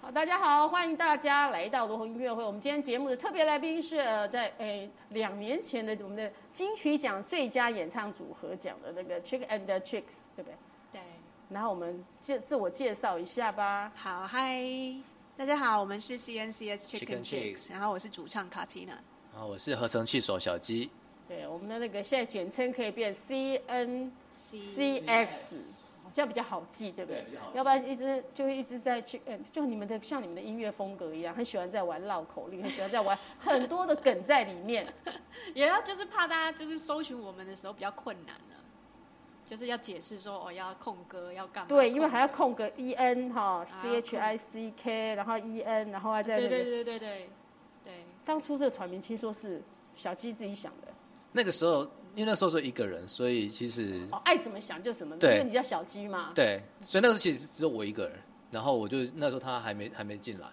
好，大家好，欢迎大家来到罗红音乐会。我们今天节目的特别来宾是呃，在诶两年前的我们的金曲奖最佳演唱组合奖的那个 Chick and the Chicks，对不对？对，然后我们介自我介绍一下吧。好嗨，大家好，我们是 CNCS Chicken Chicken Chicks， Chicks 然后我是主唱 Katina。啊，我是合成器手小鸡，对，我们的那个现在简称可以变 C N C X，这样比较好记，对不对？对比较好记要不然一直就一直在去，嗯，就你们的像你们的音乐风格一样，很喜欢在玩绕口令，很喜欢在玩很多的梗在里面。也要就是怕大家就是搜寻我们的时候比较困难了，就是要解释说哦要空格要干嘛？啊对，因为空还要空个 E N 哈还，C 要空 H I C K，然后 E N，然后还在对那对个。对对对对，当初这个团名听说是小鸡自己想的，那个时候因为那时候是一个人，所以其实哦，爱怎么想就怎么，因对为你叫小鸡嘛。对，所以那时候其实只有我一个人，然后我就那时候他还没还没进来，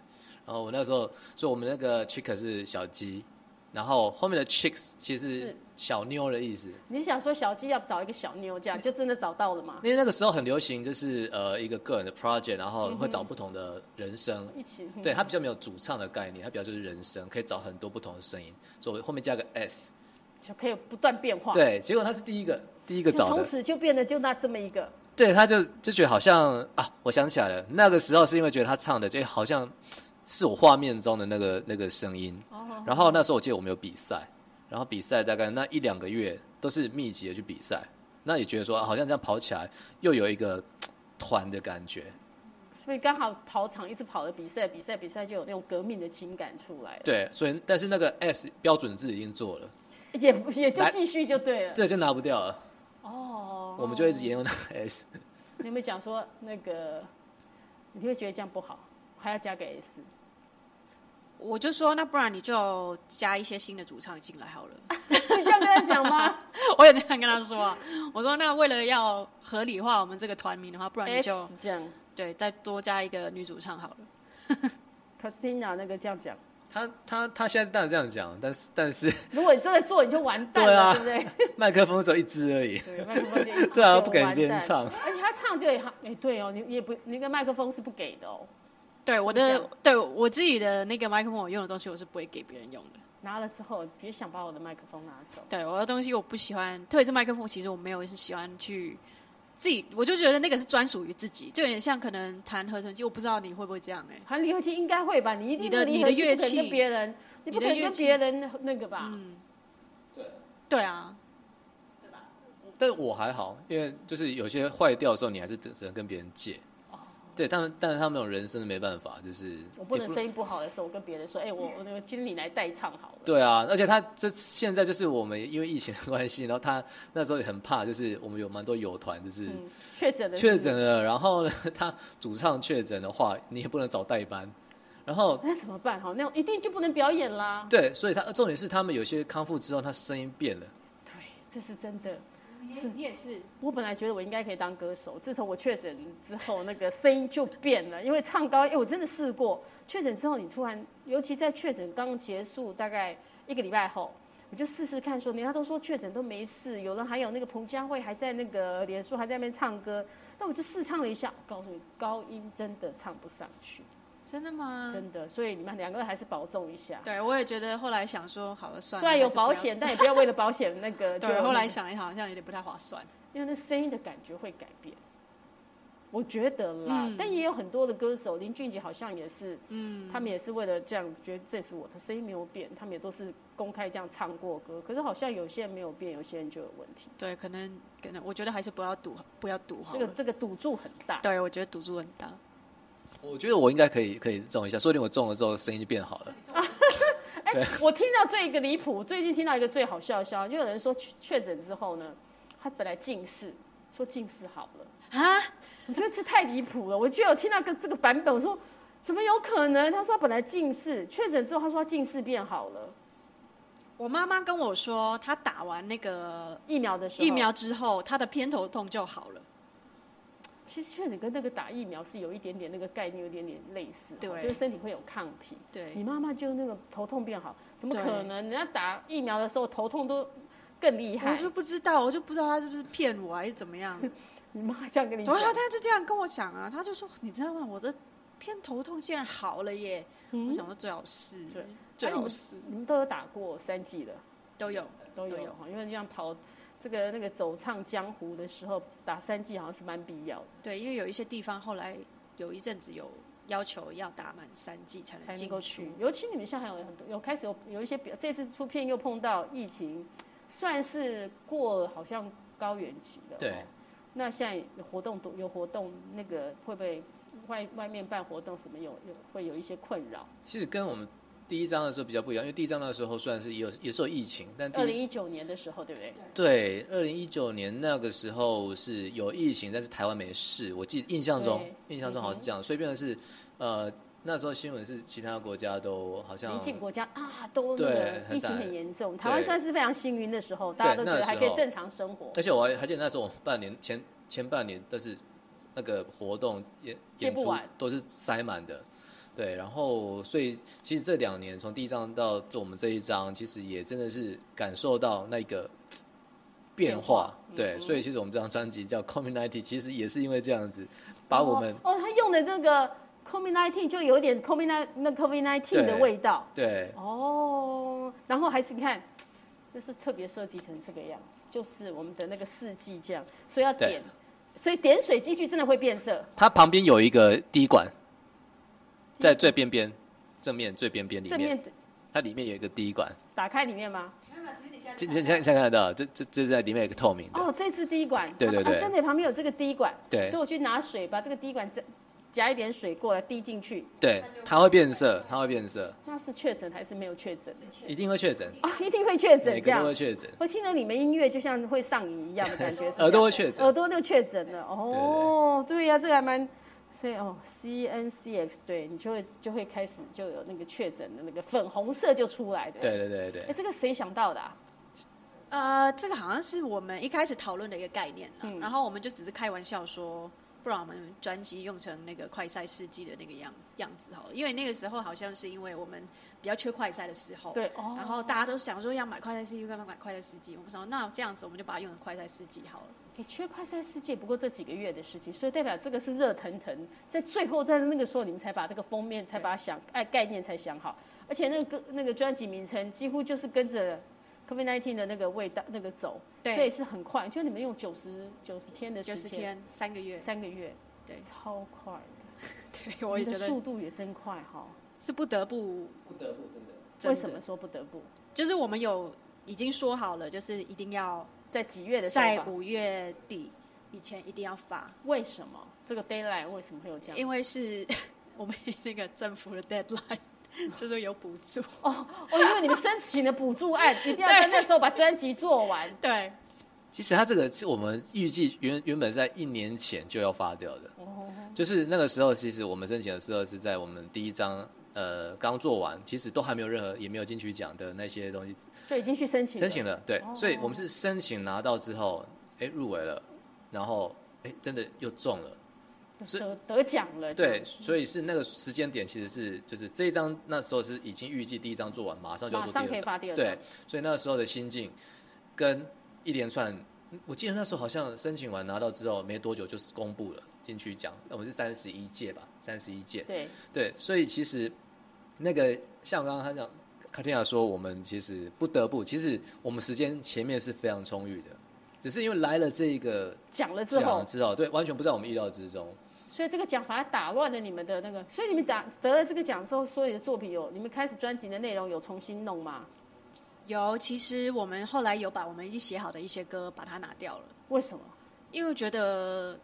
然后我那时候所以我们那个 chick 是小鸡，然后后面的 chicks 其实是是小妞的意思，你想说小鸡要找一个小妞，这样就真的找到了吗？因为那个时候很流行就是呃一个个人的 project，然后会找不同的人声。一起。对它比较没有主唱的概念，它比较就是人声，可以找很多不同的声音，所以我后面加个 s，就可以不断变化。，对，结果他是第一个第一个就找的，从此就变得就那这么一个。对，他就就觉得好像啊，我想起来了，那个时候是因为觉得他唱的就哎好像是我画面中的那个那个声音。哦，然后那时候我记得我们有比赛，然后比赛大概那一两个月都是密集的去比赛，那也觉得说、啊好像这样跑起来又有一个嘖团的感觉。所以刚好跑场一直跑的比赛，比赛比赛就有那种革命的情感出来了，对，所以但是那个 S 标准字已经做了，也也就继续就对了。这就拿不掉了，哦，我们就一直沿用那个 S。你有没有讲说那个，你会觉得这样不好，还要加个 S？ 我就说，那不然你就加一些新的主唱进 来好了。你这样跟他讲吗我有这样跟他说啊，我说那为了要合理化我们这个团名的话，不然你就？X 这样对再多加一个女主唱好了。 ，Christina 那个这样讲，他他他现在当然这样讲，但是但是 如果你真的做，你就完蛋对了，啊对,、不对？麦克风只有一支而已，对，麦克风就 一直对啊，就不给完别人蛋。唱。而且他唱对，他哎、对哦，你你也不，那个麦克风是不给的哦，对我这的样，对我自己的那个麦克风，我用的东西我是不会给别人用的。拿了之后别想把我的麦克风拿走。对我的东西我不喜欢，特别是麦克风，其实我没有是喜欢去自己，我就觉得那个是专属于自己，就有点像可能弹合成器，我不知道你会不会这样哎、弹离合器应该会吧？你一定你的会离你合的器乐不可能跟器别人，你不你的可能乐跟器嗯别人那个吧？对啊，但我还好，因为就是有些坏掉的时候，你还是只只能跟别人借。对，但但是他们那种人生没办法，就是哦我不也能声音不好的时候，我跟别人说，哎、我我那个经理来代唱好了。对啊，而且他这现在就是我们因为疫情的关系，然后他那时候也很怕，就是我们有蛮多友团就是嗯，确诊的确诊，了，然后呢 他主唱确诊的话，你也不能找代班，然 后那怎么办？哈，那种一定就不能表演啦。对，所以他重点是他们有些康复之后，他声音变了，对，这是真的。你你也是，我本来觉得我应该可以当歌手，自从我确诊之后，那个声音就变了。因为唱高音，哎、我真的试过，确诊之后你突然，尤其在确诊刚结束大概一个礼拜后，我就试试看说，人家都说确诊都没事，有人还有那个彭佳慧还在那个脸书还在那边唱歌，那我就试唱了一下，我告诉你，高音真的唱不上去，真的吗？真的。所以你们两个还是保重一下。对，我也觉得后来想说，好了算了，虽然有还是不要保险，但也不要为了保险那个就 对，后来那个想一想，好像有点不太划算。因为那声音的感觉会改变，我觉得啦。嗯但也有很多的歌手，林俊杰好像也是，嗯，他们也是为了这样，觉得这是我的声音没有变，他们也都是公开这样唱过歌。可是好像有些人没有变，有些人就有问题。对，可能可能，我觉得还是不要赌，不要赌好这了。个这个赌注很大，对，我觉得赌注很大。我觉得我应该可以可以中一下，说不定我中了之后声音就变好了。 我听到这一个离谱，最近听到一个最好笑的笑话，就有人说确确诊之后呢，他本来近视，说近视好了啊，我觉得这太离谱了。我就有听到个这个版本，我说怎么有可能？他说他本来近视，确诊之后他说他近视变好了，我妈妈跟我说，她打完那个疫苗的时候疫苗之后，她的偏头痛就好了。其实确诊跟那个打疫苗是有一点点那个概念，有点点类似，啊对就是身体会有抗体。对你妈妈就那个头痛变好，怎么对可能？人家打疫苗的时候头痛都更厉害我，就不知道，我就不知道她是不是骗 我还是怎么样。你妈这样跟你讲然后。她她就这样跟我讲啊，她就说，你知道吗？我的偏头痛竟然好了耶！嗯我想说最好是对，最那你好们是你们都有打过三季的，都有都都有有哈，因为这样跑这个那个走唱江湖的时候，打三季好像是蛮必要的，对，因为有一些地方后来有一阵子有要求要打满三剂才才能能进够去去。。尤其你们现在还有很多有开始有有一些比这次出片又碰到疫情，算是过好像高原期了。对哦。那现在有活动多有活动，那个会不会外外面办活动什么有有会有一些困扰？其实跟我们第一章的时候比较不一样，因为第一章的时候虽然是有也是有疫情，但第二一零一九年的时候，对不对？对，二零一九年那个时候是有疫情，但是台湾没事。我记印象中，对嗯印象中好像是这样，所以变成是，呃，那时候新闻是其他国家都好像邻近国家啊，都那对个很疫情惨很严重，对台湾算是非常幸运的时候，大家都觉那得时还可以候正常生活，而且我还还记得那时候我们半年前前半年都是那个活动演接演不出完都是塞满的，对，然后所以其实这两年从第一章到这我们这一章，其实也真的是感受到那个嘖变变化化，嗯对，嗯所以其实我们这张专辑叫《Community》，其实也是因为这样子，把我们、哦，哦他用的那个 COVID nineteen 就有点 COVID nineteen 那 COVID nineteen 的味道对哦，然后还是你看，就是特别设计成这个样子，就是我们的那个四季这样，所以要对点，所以点水进去真的会变色，它旁边有一个滴管，在最边边，正面最边边里正面，面它里面有一个滴管，打开里面吗？现现现在看得到，这这这在里面有一个透明的，哦，这支滴管，对对啊对真的旁边有这个滴管，对所以我去拿水把这个滴管加加一点水过来滴进去。对，它会变色，它会变色，那是确诊还是没有确诊？一定会确诊，啊，一定会确诊每这个样都会。确诊，我听了你们音乐，就像会上瘾一样的感觉，是这样耳朵会确诊耳朵就确诊了。哦，对呀、这个还蛮，所以哦，CNCX，对你就会就会开始就有那个确诊的那个粉红色就出来的。，对对对哎，对，这个谁想到的、啊？呃，这个好像是我们一开始讨论的一个概念啦，嗯然后我们就只是开玩笑说，不然我们专辑用成那个快赛世纪的那个样样子好了，因为那个时候好像是因为我们比较缺快赛的时候，对，哦，然后大家都想说要买快赛世纪，干嘛买快赛世纪？我们说那这样子我们就把它用成快赛世纪好了。哎，缺快赛世界不过这几个月的事情，所以代表这个是热腾腾，在最后在那个时候你们才把这个封面才把它想哎概念才想好，而且那个歌那个专辑名称几乎就是跟着 COVID 1 9的那个味道那个走，对所以是很快，就你们用九十九十天的九时十间，天，三个月，三个月，对超快的，对， 我也你觉的得速度也真快哈。是不得不，不得不真的，真为的什么说不得不就是我们有已经说好了，就是一定要在几月的时候在吧？五月底以前一定要发，为什么这个 d a y l i g h t 为什么会有这样？因为是 我们那个政府的 deadline，这 都有补助。哦，因为你们申请的补助 案一定要在那时候把专辑做完。对，其实它这个是我们预计原原本在一年前就要发掉的，哦就是那个时候，其实我们申请的时候是在我们第一章呃刚做完，其实都还没有任何也没有金曲奖的那些东西就已经去申请申请了。了，对，所以我们是申请拿到之后，哎入围了，然后哎真的又中了，是得得奖了。对，所以是那个时间点其实是就是这一张那时候是已经预计第一张做完，马上就要做马上可以发第第二二张，张对，所以那时候的心境跟一连串，我记得那时候好像申请完拿到之后没多久就是公布了进去奖，那我们是三十一届吧，三十一届，对，对，所以其实那个像刚刚他讲，卡蒂亚说，我们其实不得不，其实我们时间前面是非常充裕的，只是因为来了这个奖了之后奖，之后，对，完全不在我们意料之中。所以这个奖反而打乱了你们的那个。所以你们打得了这个奖之后，所有的作品有，你们开始专辑的内容有重新弄吗？有，其实我们后来有把我们已经写好的一些歌把它拿掉了，为什么？因为觉得，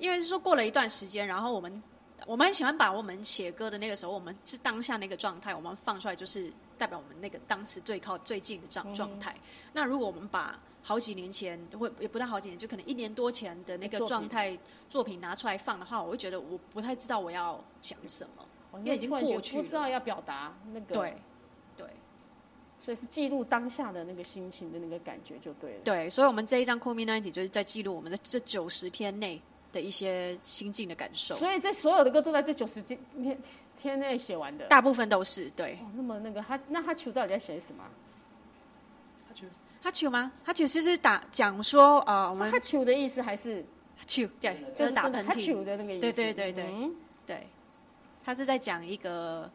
因为是说过了一段时间，然后我们我们很喜欢把我们写歌的那个时候，我们是当下那个状态，我们放出来就是代表我们那个当时最靠最近的状状态。那如果我们把好几年前，或也不到好几年，就可能一年多前的那个作品状态作品拿出来放的话，我会觉得我不太知道我要讲什么。哦因为已经突然觉得过去了不知道要表达那个。对，，对，所以是记录当下的那个心情的那个感觉就对了。对，所以我们这一张《Call Me Ninety》就是在记录我们在这九十天内的一些心境的感受，所以这所有的歌都在这九十天天天内写完的。大部分都是对。哦，那么那个他那他球到底在写什么啊？哈丘吗？哈丘就是打讲说呃，我们他球的意思还是哈丘对，就就是是打真的喷他嚏，球的那个意思？对对对对嗯对。他是在讲一个，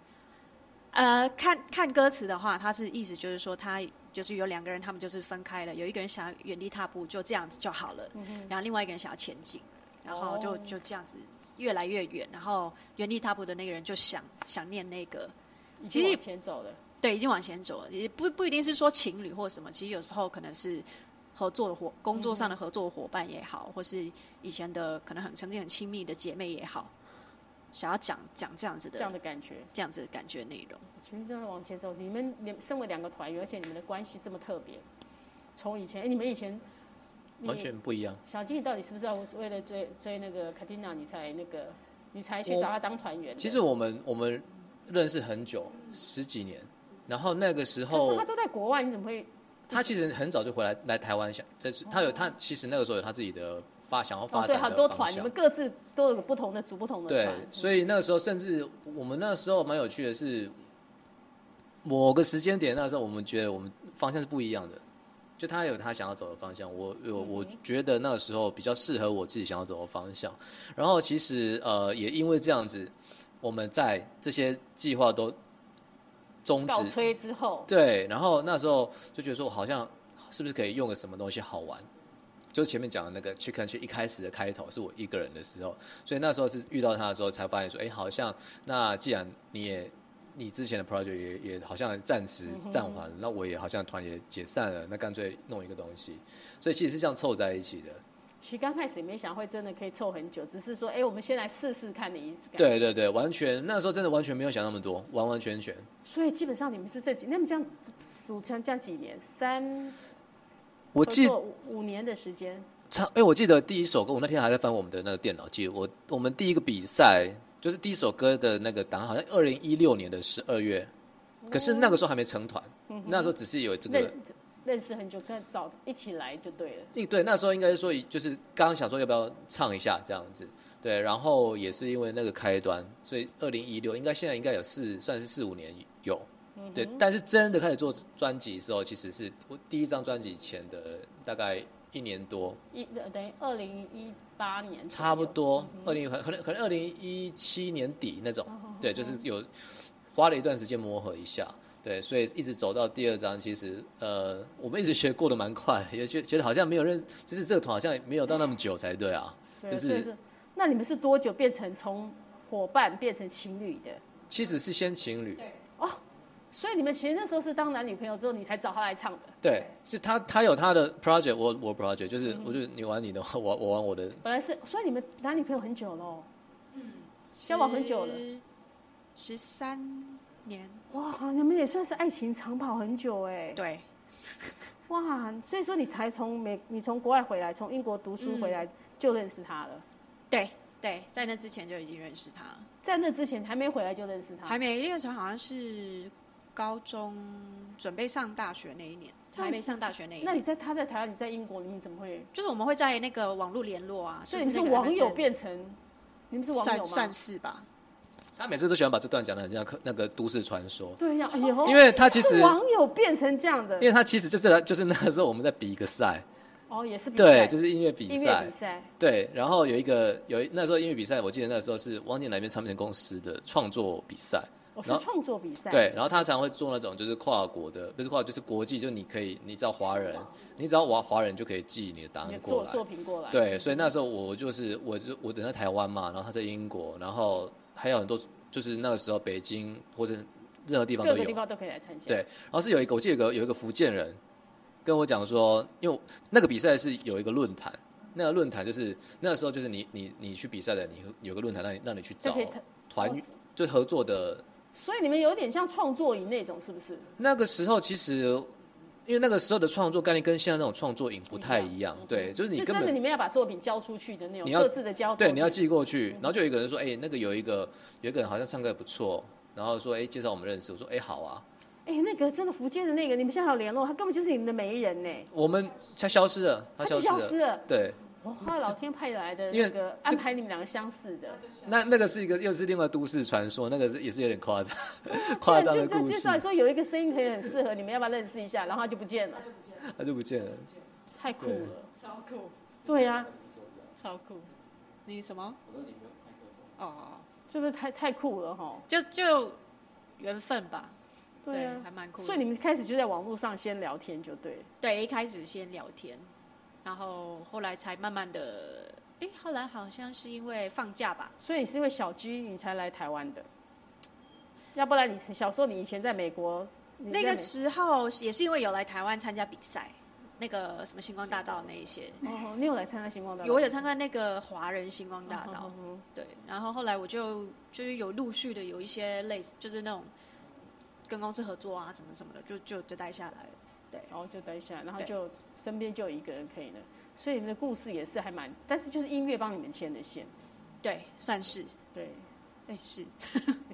呃，看看歌词的话，他是意思就是说他。就是有两个人，他们就是分开了，有一个人想要原地踏步，就这样子就好了，然后另外一个人想要前进，然后就哦就这样子越来越远，然后原地踏步的那个人就想想念那个已其经实往前走了，对，已经往前走了，也不不一定是说情侣或什么，其实有时候可能是合作的伙，工作上的合作伙伴也好，或是以前的可能很曾经很亲密的姐妹也好，想要讲讲这样子的这样的感觉。这样子的感觉内容。我觉得往前走，你们你们身为两个团员，而且你们的关系这么特别，从以前，哎，你们以前，你完全不一样。小金，你到底是不是要为了追追那个卡蒂娜，你才那个，你才去我找他当团员的？其实我们我们认识很久，十几年，然后那个时可是候他都在国外，你怎么会？他其实很早就回来来台湾想，这是他有他其实那个时候有他自己的发想要哦，发对，展好的多方团，你向们。各自都有不同的组，不同的对团，。所以那个时候，甚至我们那时候蛮有趣的是，某个时间点，那时候我们觉得我们方向是不一样的，就他有他想要走的方向，我我我觉得那个时候比较适合我自己想要走的方向。然后其实呃，也因为这样子，我们在这些计划都终告止吹之后，对，然后那时候就觉得说，我好像是不是可以用个什么东西好玩？就是前面讲的那个 Chicken Chip 一开始的开头是我一个人的时候，所以那时候是遇到他的时候才发现说，哎，好像那既然你也你之前的 project 也也好像暂时嗯暂缓，那我也好像团也解散了，那干脆弄一个东西，所以其实是这样凑在一起的。其实刚开始也没想会真的可以凑很久，只是说，哎，我们先来试试看的意思。，对对对，完全那时候真的完全没有想那么多，完完全全。所以基本上你们是这几，那么这样组团这样几年，三我合记作五五年的时间，唱，哎因为我记得第一首歌，我那天还在翻我们的那个电脑记录，我我们第一个比赛就是第一首歌的那个档案，好像二零一六年的十二月，可是那个时候还没成团，那时候只是有这个认。认识很久，跟找一起来就对了。对，那时候应该是说，就是刚刚想说要不要唱一下这样子，对，然后也是因为那个开端，所以二零一六应该现在应该有四，算是四五年有，对，但是真的开始做专辑的时候，其实是我第一张专辑前的大概一年多，一呃等于二零一八年左右差不。多，二零可能可能二零一七年底那哦种，对，就是有花了一段时间磨合一下，对，所以一直走到第二章，其实呃，我们一直觉得过得蛮快，也觉觉得好像没有认，就是这个团好像没有到那么久才对啊，对，就所以是是那你们是多久变成从伙伴变成情侣的？其实是先情侣，所以你们其实那时候是当男女朋友之后，你才找他来唱的。对，是他他有他的 project，我我 project，就是嗯我就是你玩你的， 我我玩我的，本来是，所以你们男女朋友很久哦喽，交往很久了十，十三年，哇，你们也算是爱情长跑很久哎、对，哇，所以说你才从美，你从国外回来，从英国读书回来就认识他了，对，对，在那之前就已经认识他了，在那之前还没回来就认识他，啊还没那个时候好像是高中准备上大学那一年，那还没上大学那一那年，你在他在台湾，你在英国，你们怎么会？就是我们会在那个网络联络啊，所就以你那是个网友 MSN 变成，你们是网友算吗？算是吧，他每次都喜欢把这段讲的很像那个都市传说，对呀、哎呦，因为他其实是网友变成这样的因，为他其实就是就是那个时候我们在比一个赛，哦，也是比对，赛，就是音乐比音乐赛比。赛，对，然后有一个有一那时候音乐比赛，我记得那时候是汪建南边唱片公司的创作比赛，我哦是然后创作比赛，对，然后他常会做那种就是跨国的，不是跨国就是国际，就你可以你知道华人，你只要华华人就可以寄你的答你案的过作来，作品过来，对，所以那时候我就是我就我等在台湾嘛，然后他在英国，然后还有很多就是那个时候北京或者任何地方都各个有地，方都可以来参加，对，然后是有一个，我记得有一个有一个福建人跟我讲说，因为我那个比赛是有一个论坛，那个论坛就是那时候就是你你你去比赛的，你有个论坛让你让你去就找可以投团投就合作的。所以你们有点像创作营那种，是不是？那个时候其实，因为那个时候的创作概念跟现在那种创作影不太一样，对，就是你嗯是根真的，本你们要把作品交出去的那种，你要各自的交作对品，你要寄过去，嗯然后就有一个人说，哎、那个有一个有一个人好像唱歌也不错，然后说，哎、介绍我们认识，我说，哎、好啊，哎、那个真的福建的那个，你们现在还有联络？他根本就是你们的媒人呢、我们他消失了，他他消就失消了，失了。对。哇，老天派来的因那为个这安排你们两个相似的，那那个是一个又是另外都市传说，那个是也是有点夸 张，夸张的就就故介事绍，来说有一个声音可以很适合你们，要不要认识一下？然后他就不见了，它就不见了。太酷对了。超酷，对呀、啊超酷，你什么？哦哦，哦是不是太太酷了哈？就就缘分吧，对啊，还蛮酷的。所以你们开始就在网络上先聊天就对了，对，一开始先聊天，然后后来才慢慢的，哎，后来好像是因为放假吧，所以你是因为小鸡你才来台湾的，要不然你小时候你以前在美国，你在那个美时候也是因为有来台湾参加比赛，那个什么星光大道那一些，哦，你有来参加星光大道？有我有参加那个华人星光大道嗯，哼哼对，然后后来我就就是有陆续的有一些类似，就是那种跟公司合作啊，什么什么的，就就就待下来了。然哦后就待下来，然后对就身边就有一个人可以了。所以你们的故事也是还蛮，但是就是音乐帮你们牵的线，对，算是，对，对是，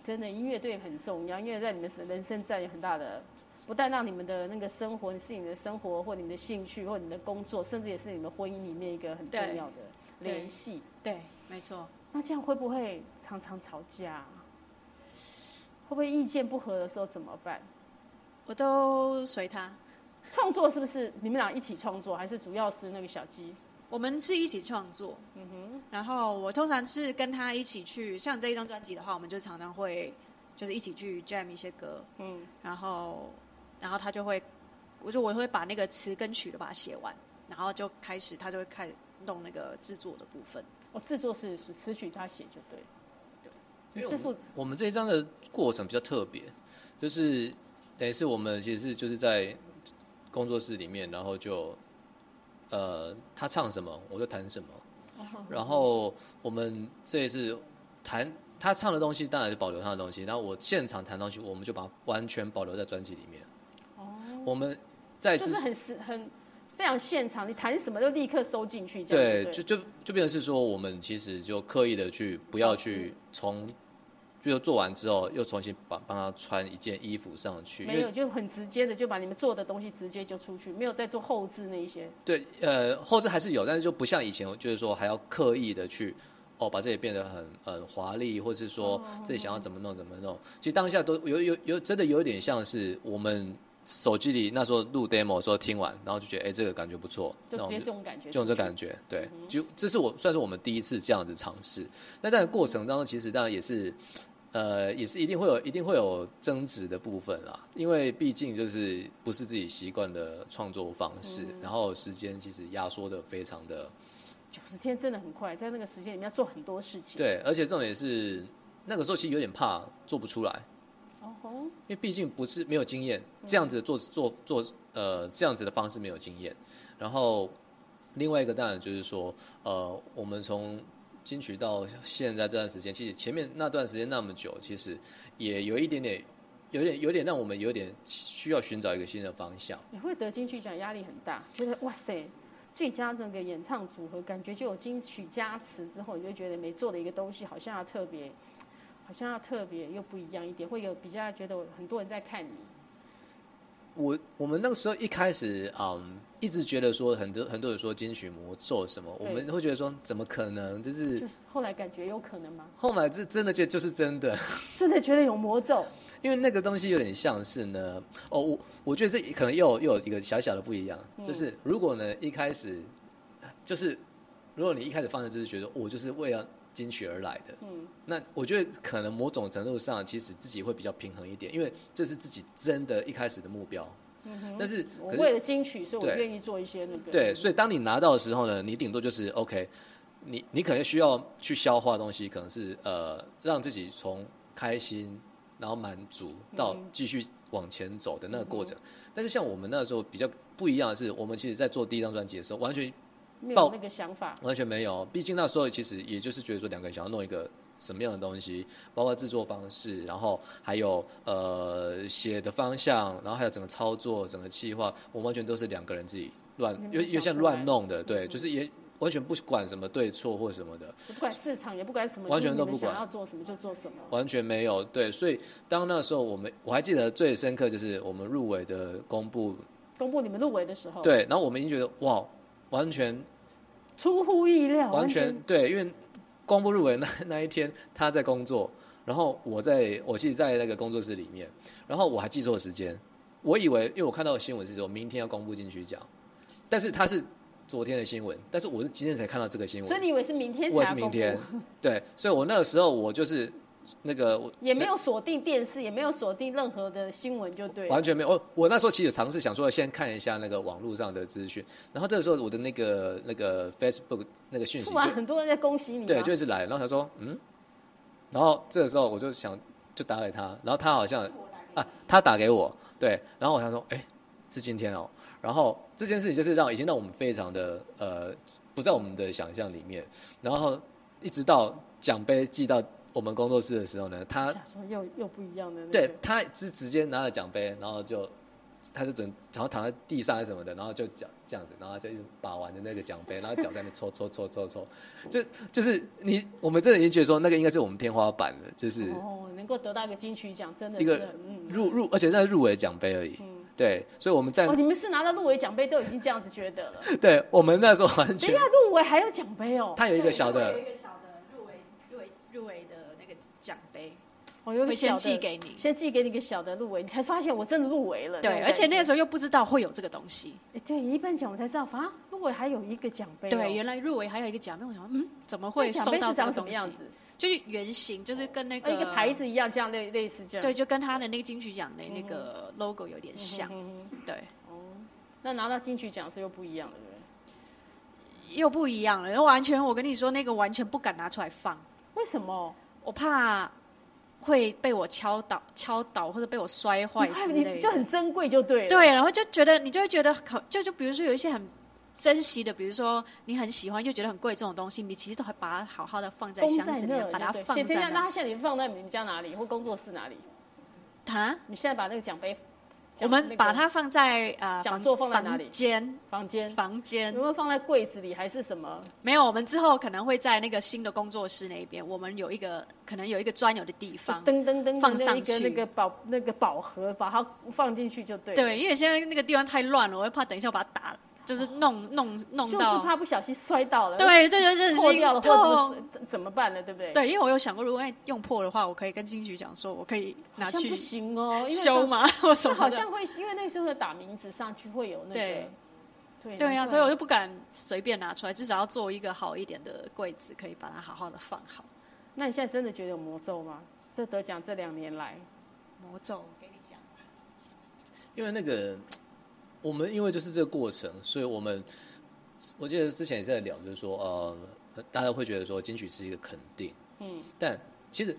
真的音乐对很重要，因为在你们人生占有很大的，不但让你们的那个生活是你的生活或你们的兴趣或你们的工作，甚至也是你们婚姻里面一个很重对要的对联系。对，没错。那这样会不会常常吵架啊？会不会意见不合的时候怎么办？我都随他。创作是不是你们俩一起创作，还是主要是那个小鸡？我们是一起创作，嗯哼。然后我通常是跟他一起去，像这一张专辑的话，我们就常常会就是一起去 jam 一些歌，嗯，然后然后他就会，我就我会把那个词跟曲都把它写完，然后就开始他就会开始弄那个制作的部分。我哦制作是是词曲他写就对了。因你为是我负们我们这一章的过程比较特别，就是等于是我们其实是就是在工作室里面，然后就呃他唱什么我就弹什么，哦然后我们这一次弹他唱的东西当然是保留他的东西，然后我现场弹东西我们就把它完全保留在专辑里面。哦，我们在就之是很实很非常现场，你谈什么就立刻收进去，这样对子，就就就变成是说，我们其实就刻意的去不要去从，比如做完之后又重新帮帮他穿一件衣服上去，因没为有就很直接的就把你们做的东西直接就出去，没有再做后置那一些。对呃后置还是有，但是就不像以前，就是说还要刻意的去哦把这里变得很很华丽，或是哦说这里想要怎么弄怎么弄。其实当下都有有有真的有点像是我们手机里那时候录 demo 的时候听完，然后就觉得哎、这个感觉不错，就那我直接们这种感觉，就有这感觉，对，就这是我算是我们第一次这样子尝试。那但过程当中，其实当然也是，呃，也是一定会有一定会有争执的部分啦，因为毕竟就是不是自己习惯的创作方式，然后时间其实压缩的非常的九十天真的很快，在那个时间里面要做很多事情。对，而且重点是那个时候其实有点怕做不出来，哦吼，因为毕竟不是没有经验，这样子的做做做呃这样子的方式没有经验。然后另外一个当然就是说，呃，我们从金曲到现在这段时间，其实前面那段时间那么久，其实也有一点点，有点有点让我们有点需要寻找一个新的方向。你会得金曲奖压力很大，觉得哇塞。最佳这个演唱组合，感觉就有金曲加持之后，你就觉得每做的一个东西好像要特别，好像要特别又不一样一点，会有比较觉得很多人在看你。我我们那个时候一开始，嗯，一直觉得说很多很多人说金曲魔咒什么，我对们会觉得说怎么可能？就是就是后来感觉有可能吗？后来是真的觉得就是真的。真的觉得有魔咒，因为那个东西有点像是呢，哦，我我觉得这可能又有又有一个小小的不一样，嗯就是如果呢一开始就是如果你一开始放的就是觉得哦我就是为了金曲而来的，嗯，那我觉得可能某种程度上其实自己会比较平衡一点，因为这是自己真的一开始的目标，嗯、但是我可为是了金曲，所以我对愿意做一些那个。对，所以当你拿到的时候呢，你顶多就是 OK，你你可能需要去消化的东西，可能是呃让自己从开心，然后满足到继续往前走的那个过程。但是像我们那时候比较不一样的是，我们其实在做第一张专辑的时候，完全没有报那个想法，完全没有，毕竟那时候其实也就是觉得说两个人想要弄一个什么样的东西，包括制作方式，然后还有呃写的方向，然后还有整个操作、整个企划，我们完全都是两个人自己乱你，们有自己有像想出来嗯乱弄的，对，就是也完全不管什么对错或什么的，也不管市场，也不管什么，完全就是都你们不管想要做什么就做什么。完全没有对。所以当那时候我们我还记得最深刻就是我们入围的公布，公布你们入围的时候，，对，然后我们已经觉得哇，完全出乎意料，完完全对，因为光波入围那那一天他在工作，然后我在我其实，在那个工作室里面，然后我还记错时间，我以为因为我看到的新闻是说明天要公布金曲奖，但是他是昨天的新闻，但是我是今天才看到这个新所以闻，你以为是明天才我也要 是公布明天，对，所以我那个时候我就是那个我也没有锁定电视，也没有锁定任何的新闻，就对了。完全没有。哦我我那时候其实尝试想说，先看一下那个网络上的资讯，然后这个时候我的那个那个 Facebook 那个讯息突就然很多人在恭喜你、啊，对，就一直来，然后他说嗯，然后这个时候我就想就打给他，然后他好像啊他打给我，对，然后我想说哎是今天哦，然后这件事情就是让已经让我们非常的呃不在我们的想象里面，然后一直到奖杯寄到我们工作室的时候呢，他想说又又不一样的、那个对，他是直接拿了奖杯，然后就他就整然后躺在地上还是什么的，然后就这样这样子，然后就一直把玩的那个奖杯，然后脚在那边抽抽抽抽抽，就就是你我们真的已经觉得说那个应该是我们天花板了，就是哦，能够得到一个金曲奖，真的一是个很嗯入入，而且那是入围奖杯而已。嗯。对，所以我们在、哦，你们是拿到入围奖杯都已经这样子 觉得了，对我们那时候完等一全下，入围还有奖杯哦，他有一个小的有一，个小的入围入围入围的那个奖杯，我哦有一个会先小的寄给你先寄给你一个小的入围，你才发现我真的入围了。对，而且那个时候，候又不知道会有这个东西。哎，对，一般奖我才知道，啊，入围还有一个奖杯哦，对，原来入围还有一个奖杯，我想说嗯，怎么那会奖收杯到是这个长什么东样西？子？就是圆形，就是跟那个呃跟一个牌，子一样，这样类类似这样。对，就跟他的那个金曲奖的那个 logo 有点像。嗯哼对，那拿到金曲奖是又不一样的，对不对？又不一样了，完全我跟你说，那个完全不敢拿出来放，为什么？我怕会被我敲倒、敲倒或者被我摔坏你怕之你类就很的。珍贵就对了。对，啊然后就觉得你就会觉得好，就就比如说有一些很珍惜的，比如说你很喜欢又觉得很贵这种东西，你其实都还把它好好的放在供箱在子里那面，儿，把它对放写在等一下，那那。他现在你放在你们家哪里或工作室哪里？啊，你现在把那个奖杯，那我们个把它放在呃讲房座放在哪里房间，房间，房间有没有放在柜子里还是什么？没有。我们之后可能会在那个新的工作室那一边，我们有一个可能有一个专有的地方。噔噔噔，放那上一个那去个宝那个宝盒，把它放进去就对。，对，因为现在那个地方太乱了，我会怕等一下我把它打，就是弄弄弄就是到。怕不小心摔到了，对对对，真的破是掉了心或者痛。是怎么办呢？对不对？，对，因为我有想过，如果哎用破的话，我可以跟金曲讲说，我可以拿像去不行哦，因为修嘛， 或什这么的。好像会，因为那时候打名字上去会有那个对。对对呀、难怪所以我就不敢随便拿出来，至少要做一个好一点的柜子，可以把它好好的放好。那你现在真的觉得有魔咒吗？这得奖这两年来，魔咒，我给你讲。因为那个我们因为就是这个过程，所以我们我记得之前也在聊，就是说呃，大家会觉得说金曲是一个肯定，嗯，但其实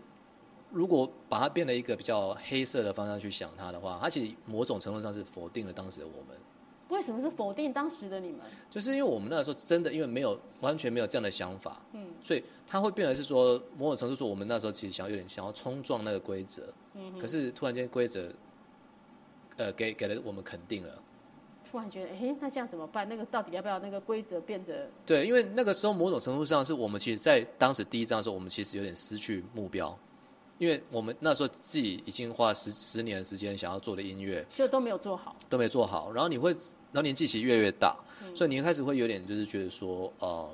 如果把它变得一个比较黑色的方向去想它的话，它其实某种程度上是否定了当时的我们。为什么是否定当时的你们？就是因为我们那时候真的因为没有完全没有这样的想法，嗯，所以它会变得是说某种程度说我们那时候其实想要有点想要冲撞那个规则，嗯，可是突然间规则，呃，给给了我们肯定了。突然觉得，哎，那这样怎么办？那个到底要不要那个规则变得？对，因为那个时候某种程度上是我们其实，在当时第一章的时候，我们其实有点失去目标，因为我们那时候自己已经花十十年的时间想要做的音乐就都没有做好。都没做好，然后你会，然后年纪其实越来越大，所以你一开始会有点就是觉得说，呃，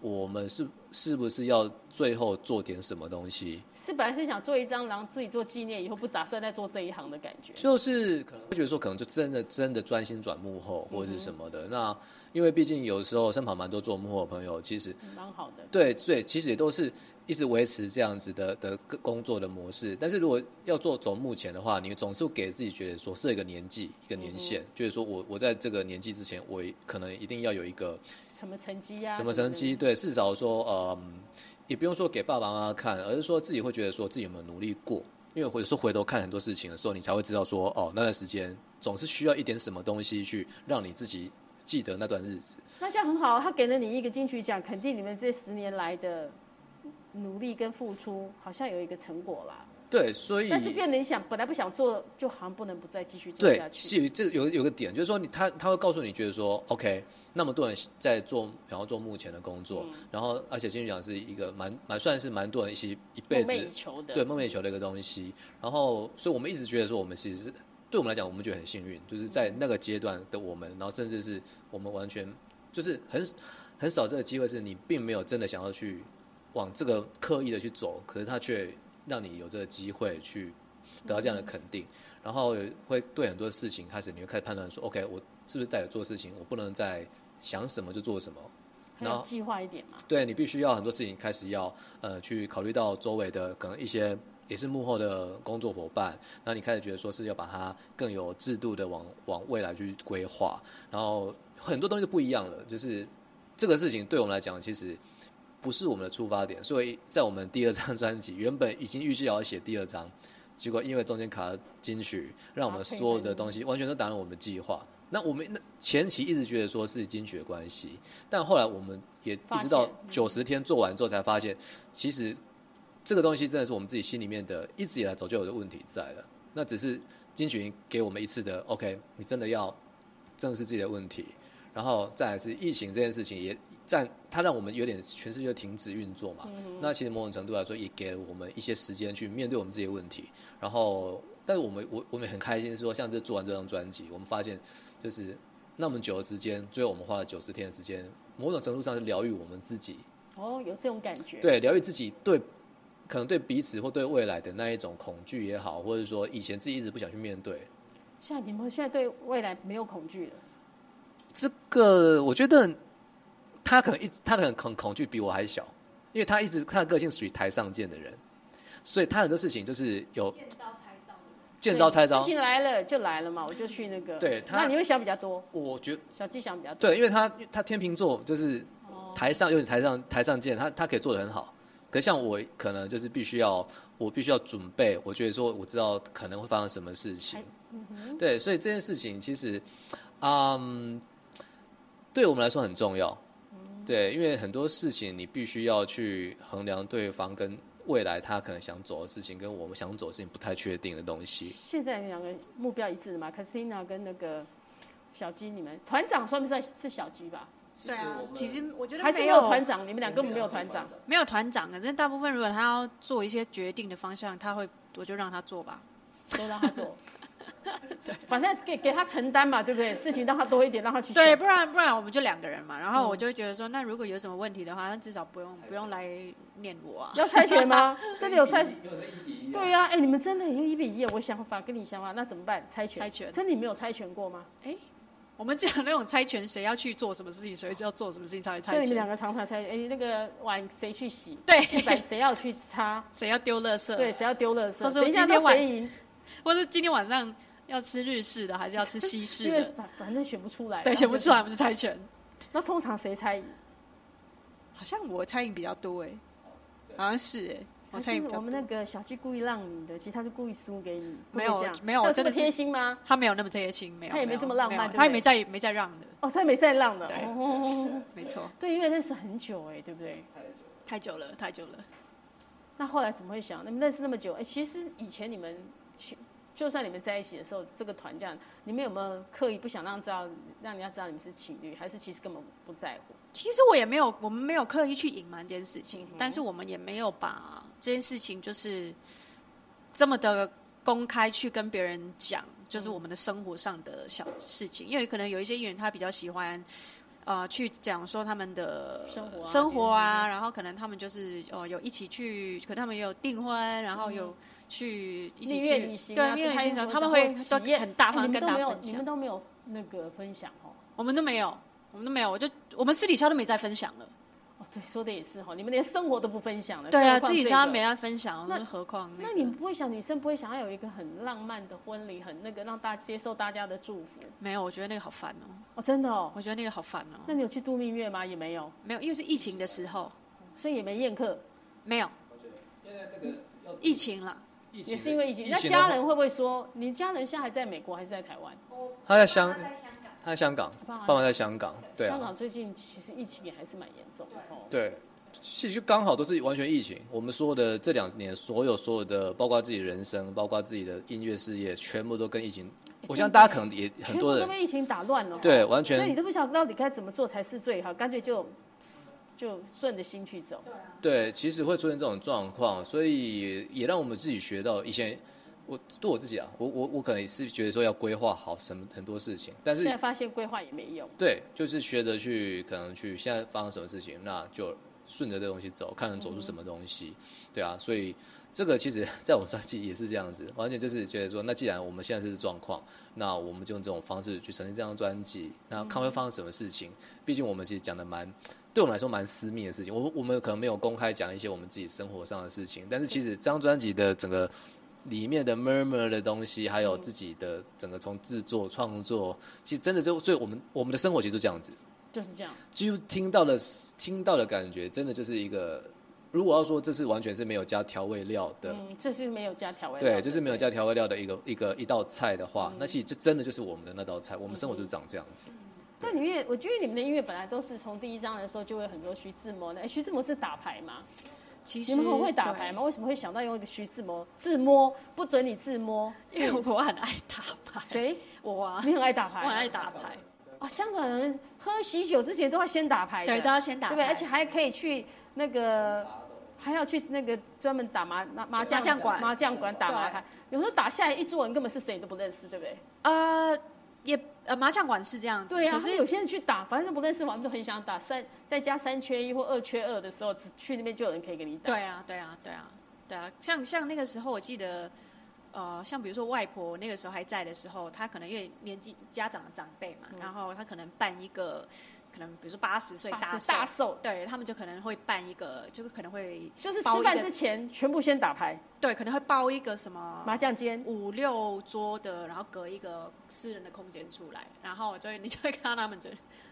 我们是是不是要最后做点什么东西？是本来是想做一张，然后自己做纪念，以后不打算再做这一行的感觉。就是可能会觉得说，可能就真的真的专心转幕后或者是什么的。那因为毕竟有时候身旁蛮多做幕后的朋友，其实蛮好的，对，所以其实也都是一直维持这样子的的工作的模式。但是如果要做走目前的话，你总是给自己觉得说是一个年纪一个嗯年限，就是说我我在这个年纪之前，我可能一定要有一个什么成绩呀、什么成绩，啊的？对，至少说呃，嗯也不用说给爸爸妈妈看，而是说自己会觉得说自己有没有努力过。因为或者说回头看很多事情的时候，你才会知道说，哦，那段时间总是需要一点什么东西去让你自己记得那段日子。那这样很好，啊他给了你一个金曲奖，肯定你们这十年来的努力跟付出，好像有一个成果啦。对，所以但是变得你想本来不想做，就好像不能不再继续做对下，去。是有这有有个点，就是说你他他会告诉你，觉得说，OK，那么多人在做想要做目前的工嗯作，然后而且金曲奖是一个蛮蛮算是蛮多人一起一辈梦子寐以求的，对梦寐以求的一个东西。然后，所以我们一直觉得说，我们其实是对我们来讲，我们觉得很幸运，就是在那个阶段的我们，然后甚至是我们完全就是很很少这个机会，是你并没有真的想要去往这个刻意的去走，可是它却让你有这个机会去得到这样的肯定，然后会对很多事情开始你会开始判断说，OK，我是不是在做事情，我不能再想什么就做什么。还有计划一点嘛。对你必须要很多事情开始要呃去考虑到周围的可能一些也是幕后的工作伙伴，然后你开始觉得说是要把它更有制度的往往未来去规划，然后很多东西都不一样了。就是这个事情对我们来讲，其实不是我们的出发点，所以在我们第二张 专辑原本已经预计要写第二张，结果因为中间卡了金曲，让我们所有的东西完全都打乱我们的计划。那我们那前期一直觉得说是金曲的关系，但后来我们也一发直到现嗯九十天做完之后才发现，其实这个东西真的是我们自己心里面的一直以来早就有的问题在了。那只是金曲给我们一次的 OK，你真的要正视自己的问题，然后再来是疫情这件事情也占它让我们有点全世界停止运作嘛。嗯那其实某种程度来说，也给了我们一些时间去面对我们自己的问题。然后，但是我们我我们也很开心，是说像这做完这张专辑，我们发现就是那么久的时间，最后我们花了九十天的时间，某种程度上是疗愈我们自己，哦，有这种感觉。，对，疗愈自己对可能对彼此或对未来的那一种恐惧也好，或者说以前自己一直不想去面对，现在你们现在对未来没有恐惧了，这个我觉得他可能一直他的很恐恐惧比我还小，因为他一直他的个性属于台上见的人，所以他很多事情就是有见招拆招的见招拆对招事。情来了就来了嘛，我就去那个。对他那你会想比较多，我觉得小鸡想比较多。对，因为他他天秤座就是哦台上有点台上台上见，他他可以做的很好。可像我可能就是必须要我必须要准备，我觉得说我知道可能会发生什么事情哎。对，所以这件事情其实，嗯，对我们来说很重要。嗯对，因为很多事情你必须要去衡量对方跟未来他可能想走的事情，跟我们想走的事情不太确定的东西。现在你们两个目标一致的嘛，Casina 跟那个小鸡，你们团长算不算是小鸡吧？对啊，其实我觉得还是没没有有团长？你们俩根本没有团长。没有团长，啊可是大部分如果他要做一些决定的方向，他会我就让他做吧。都让他做。 反正给给他承担嘛，对不对？事情让他多一点，让他去对，想。不然不然我们就两个人嘛。然后我嗯就会觉得说，那如果有什么问题的话，那至少不用不用来念我啊。 要猜拳吗？真的有猜？对对呀、哎、你们真的有一比一，我想法跟你想法，那怎么办？猜拳？猜拳真的你没有猜拳过吗？我们讲那种猜拳，谁要去做什么事情，谁就要做什么事情才会所以猜你们两个拳，常常猜，哎、那个碗谁去洗？地板对，谁要去 擦？谁要丢垃圾，对，谁要丢垃圾？他说等一下今天都晚谁赢？或者今天晚上要吃日式的还是要吃西式因为的，反反正选不出来。对，然后选不就出来。我们就猜拳。那通常谁猜赢？好像我猜赢比较多哎、好像是哎、我猜赢还比是较我多们。那个小鸡故意让你的，其实他是故意输给你。没会不有会这样没有他真这么的是贴心吗？他没有那么贴心，没有，他也没有这么浪漫没有对不对他也没在没在让的，哦，他没再让了。对哦，没错，对，因为认识很久哎、对不对？太久了，太久了。那后来怎么会想？你们认识那么久，哎、其实以前你们，其就算你们在一起的时候，这个团这样，你们有没有刻意不想让知道，让人家知道你们是情侣，还是其实根本不在乎？其实我也没有，我们没有刻意去隐瞒这件事嗯情，但是我们也没有把这件事情就是这么的公开去跟别人讲，就是我们的生活上的小事情，因为可能有一些艺人他比较喜欢。呃，去讲说他们的生活啊生活啊然后可能他们就是哦、呃有一起去，可能他们也有订婚，然嗯后有去一起蜜去月旅行、对啊，蜜月旅行的时候，还有他们会然后都体验很大哎方你跟们大都没家有，分你享们。都没有那个分享哦。我们都没有，我们都没有，我就我们私底下都没再分享了。哦，对，说的也是哈，你们连生活都不分享了。对更啊，何况私底这下个没。再分享，那那何况那那个你们不会想，女生不会想要有一个很浪漫的婚礼，很那个让大家接受大家的祝福没有？我觉得那个好烦哦，哦，真的哦。我觉得那个好烦那哦。你有去度蜜月吗？也没有，没有，因为是疫情的时候，所以也没宴客，没有疫情了。也是因为疫情。疫那情家人会不会说，你家人现在还在美国还是在台湾？他在香他在香港，爸妈爸妈在香港，对香啊，港最近其实疫情也还是蛮严重的哦。对，其实就刚好都是完全疫情。我们说的这两年，所有所有的，包括自己人生，包括自己的音乐事业，全部都跟疫情。我相信大家可能也很哎全多部人都被疫情打乱了。哦对完全所以你都不晓得到底该怎么做才是最好，干脆就就顺着心去走。对，其实会出现这种状况，所以也让我们自己学到以前。我对我自己啊，我我我可能也是觉得说要规划好什么很多事情，但现是在发现规划也没用，对，就是学着去可能去现在发生什么事情，那就顺着这东西走，看能走出什么东西，对啊，所以这个其实在我们专辑也是这样子，完全就是觉得说，那既然我们现在是状况，那我们就用这种方式去呈现这张专辑，那看会发生什么事情。毕竟我们其实讲的蛮，对我们来说蛮私密的事情，我们我们可能没有公开讲一些我们自己生活上的事情，但是其实这张专辑的整个。里面的 murmur 的东西，还有自己的整个从制作创作，其实真的就所以我们我们的生活其实就这样子，就是这样。几乎听到的听到的感觉，真的就是一个，如果要说这是完全是没有加调味料的，嗯，这是没有加调味料的，嗯对，就是没有加调味料的一个一个一道菜的话，那其实就真的就是我们的那道菜，我们生活就是长这样子。那里面，我觉得你们的音乐本来都是从第一章的时候就会很多徐志摩的。哎，徐志摩是打牌吗？其你实们很会打对牌吗？为什么会想到用一个徐志摩？自摸不准你自 摸，因为我很爱打牌，谁？我啊， 你很爱打牌， 我很爱打牌，啊！香港人喝喜酒之前都要先打牌的，对，都要先打对牌，不对？而且还可以去那个，还要去那个专门打麻麻麻将麻将馆麻将馆打麻牌。有时候打下来一桌人根本是谁都不认识，对不对？呃，也呃麻将馆是这样子，对啊，可他是们有些人去打，反正不认识，玩就很想打三，再加三缺一或二缺二的时候，只去那边就有人可以给你打。对啊，对啊，对啊，对啊，像像那个时候，我记得，呃，像比如说外婆那个时候还在的时候，她可能因为年纪家长的长辈嘛，嗯然后她可能办一个，可能比如说八十岁大大寿，大寿，对他们就可能会办一个，就是可能会就是包吃一饭个之前全部先打牌，对，可能会包一个什么麻将间。五六桌的，然后隔一个私人的空间出来，然后就会 你就会看到他们就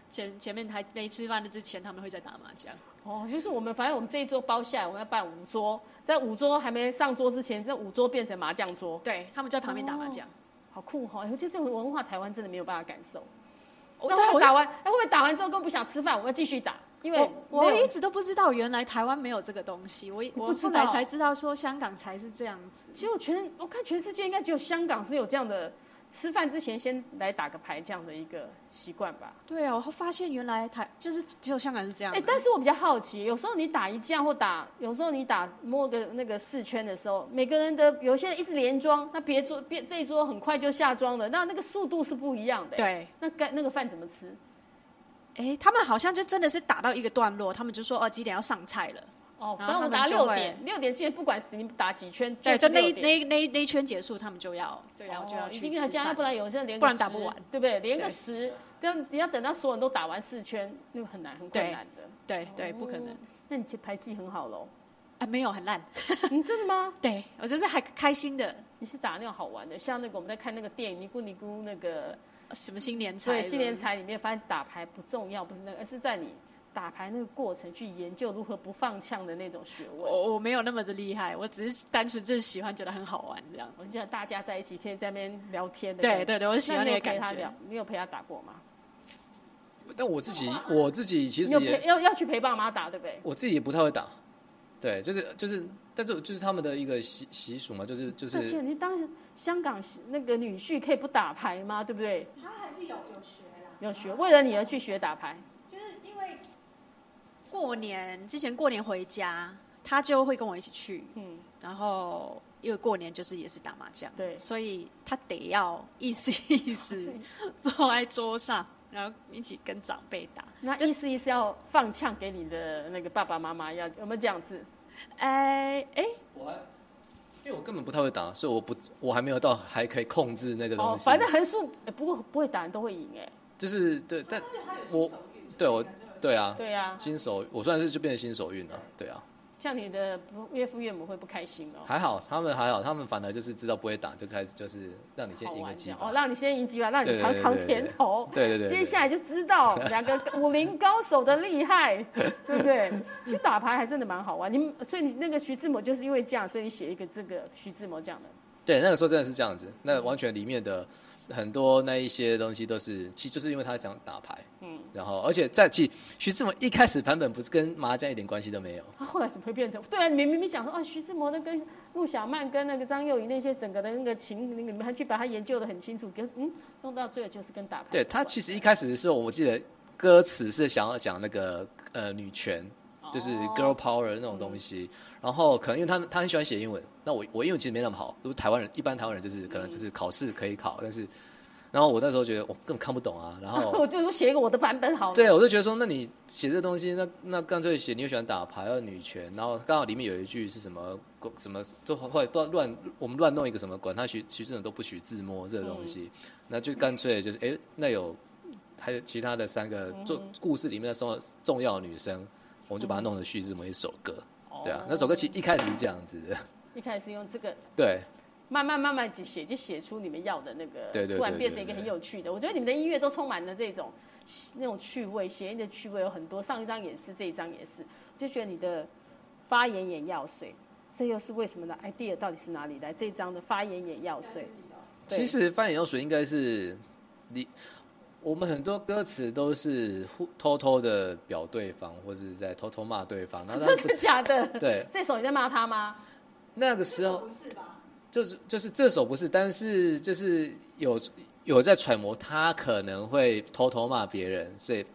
前前面还没吃饭的之前，他们会在打麻将。哦，就是我们反正我们这一桌包下来，我们要办五桌，在五桌还没上桌之前，这五桌变成麻将桌，对，他们就在旁边打麻将。好酷哈、哦！哎，这种文化台湾真的没有办法感受。哦那会不会打完，哎，会不会打完之后更不想吃饭？我要继续打，因为我我没有一直都不知道，原来台湾没有这个东西。我我不知后道来才知道，说香港才是这样子。其实我全我看全世界应该只有香港是有这样的，吃饭之前先来打个牌这样的一个习惯吧。对啊，我发现原来台就是只有香港是这样哎、的。但是我比较好奇，有时候你打一架或打，有时候你打摸个那个四圈的时候，每个人的有些人一直连庄，那别桌别这一桌很快就下庄了，那那个速度是不一样的、，对，那该那个饭怎么吃？哎，他们好像就真的是打到一个段落，他们就说哦几点要上菜了，哦，然反正后我他们打就六会点，六点之前不管你打几圈，对，就就是那一6点哦那一那一那一圈结束，他们就要就要就要一去定要吃加，要饭不。然有些人连个不然打不10完，对不对？连个对十，但你要等到所有人都打完四圈，那很难，很困对难的。对对，不可能哦。那你其实牌技很好喽？啊，没有很烂。你真的吗？ 对我就是还开心的，你是打那种好玩的，像那个我们在看那个电影《尼姑尼姑》那个什么新年菜对的，新年财里面，发现打牌不重要，不是那个，而是在你打牌那个过程去研究如何不放呛的那种学问。我我没有那么的厉害，我只是单纯就是喜欢，觉得很好玩这样我子。就想大家在一起可以在那边聊天的感觉。对对对，我喜那欢你那有个陪感他觉聊。，你有陪他打过吗？但我自己我自己其嗯你实有陪也要要去陪爸妈打，对不对？我自己也不太会打，对，就是就是，但是就是他们的一个习习俗嘛，就是就而且是你当时香港那个女婿可以不打牌吗？对不对？他还是有有学啦，有学，为了你而去学打牌，就是因为过年之前过年回家，他就会跟我一起去，嗯，然后因为过年就是也是打麻将，对所以他得要意思意 思坐在桌上，然后一起跟长辈打。那意思意思要放呛给你的那个爸爸妈妈，要有没有这样子？哎哎，我还因为我根本不太会打，所以我不我还没有到还可以控制那个东哦，西，反正横竖，哎不过不会打人都会赢哎、就是对，但我对我对啊，对呀、新手我算是就变成新手运了，对啊，像你的不岳父岳母会不开心哦。还好他们还好，他们反而就是知道不会打，就开始就是让你先好赢个玩这鸡样吧。哦，让你先赢几把，让对你对尝对尝对甜对头。对对对对接下来就知道两个武林高手的厉害， 对不对？去打牌还真的蛮好玩。你们所以你那个徐志摩就是因为这样，所以你写一个这个徐志摩这样的。对，那个时候真的是这样子，那完全里面的很多那一些东西都是，其实就是因为他想打牌，嗯，然后而且在其实徐志摩一开始版本不是跟麻将一点关系都没有，他后来怎么会变成？对啊，你明明明讲说啊，徐志摩的跟陆小曼跟那个张幼仪那些整个的那个情，你们还去把它研究的很清楚，跟嗯，弄到最后就是跟打牌有关。对他其实一开始的时候，我记得歌词是想要讲那个呃女权，就是 girl power 那种东西。然后可能因为他他很喜欢嗯写英文，那我我英文其实没那么好，如果台湾人一般台湾人就是可能就是考试可以考，但是然后我那时候觉得我根本看不懂啊，然后我 就说写一个我的版本好了。对，我就觉得说，那你写这东西，那那干脆写你又喜欢打牌，又女权，然后刚好里面有一句是什么什么，就会不知道乱我们乱弄一个什么，管他徐徐志勇都不许自摸这个东西，那就干脆就是哎、诶那有还有其他的三个做故事里面的重重要的女生，我们就把它弄成徐志摩一首歌，对啊，那首歌其实一开始是这样子的，一开始用这个，对，慢慢慢慢就写，就写出你们要的那个，对对对突然变成一个对对很有趣的。我觉得你们的音乐都充满了这种那种趣味，谐音的趣味有很多，上一张也是，这一张也是，就觉得你的发言也要碎，这又是为什么呢？idea 到底是哪里来？这一张的发言也要 碎，对其实翻眼药水应该是你，我们很多歌词都是互偷偷的表对方，或者是在偷偷骂对方，然后他真不的假的？对这首你在骂他吗？那个时候就是就是这首不是，但是就是有有在揣摩他可能会偷偷骂别人，所以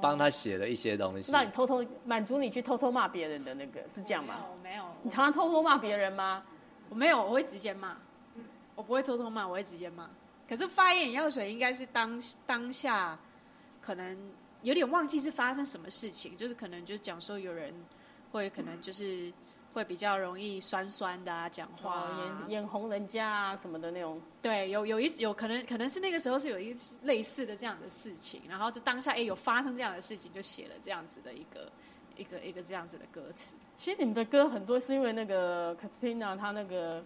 帮他写了一些东西。让你偷偷满足你去偷偷骂别人的那个是这样吗？我没有，你常常偷偷骂别人吗？我没有，我会直接骂。我不会偷偷骂，我会直接骂。可是发炎饮药水应该是当当下可能有点忘记是发生什么事情，就是可能就讲说有人会可能就是会比较容易酸酸的啊，讲话、哇，啊眼、眼红人家啊什么的那种，对，有有一有可能可能是那个时候是有一类似的这样的事情，然后就当下哎、有发生这样的事情，就写了这样子的一个一个一个这样子的歌词。其实你们的歌很多是因为那个 Katrina 她那个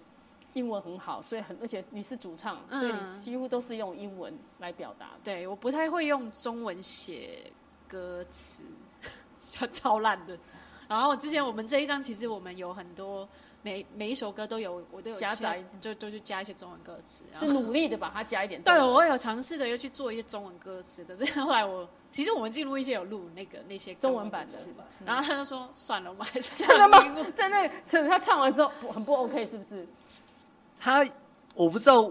英文很好，所以很而且你是主唱，嗯所以你几乎都是用英文来表达的。对，我不太会用中文写歌词， 超超烂的。然后之前我们这一张，其实我们有很多每每一首歌都有，我都有夹去杂一就就去加一些中文歌词。然后是努力的把它加一点中对，文。 我有尝试的又去做一些中文歌词，可是后来我其实我们进录一些有录那个那些中文文版歌的嗯词，然后他就说算了，我们 还是这真的样英吗文。？在那趁他唱完之后不很不 OK 是不是？他我不知道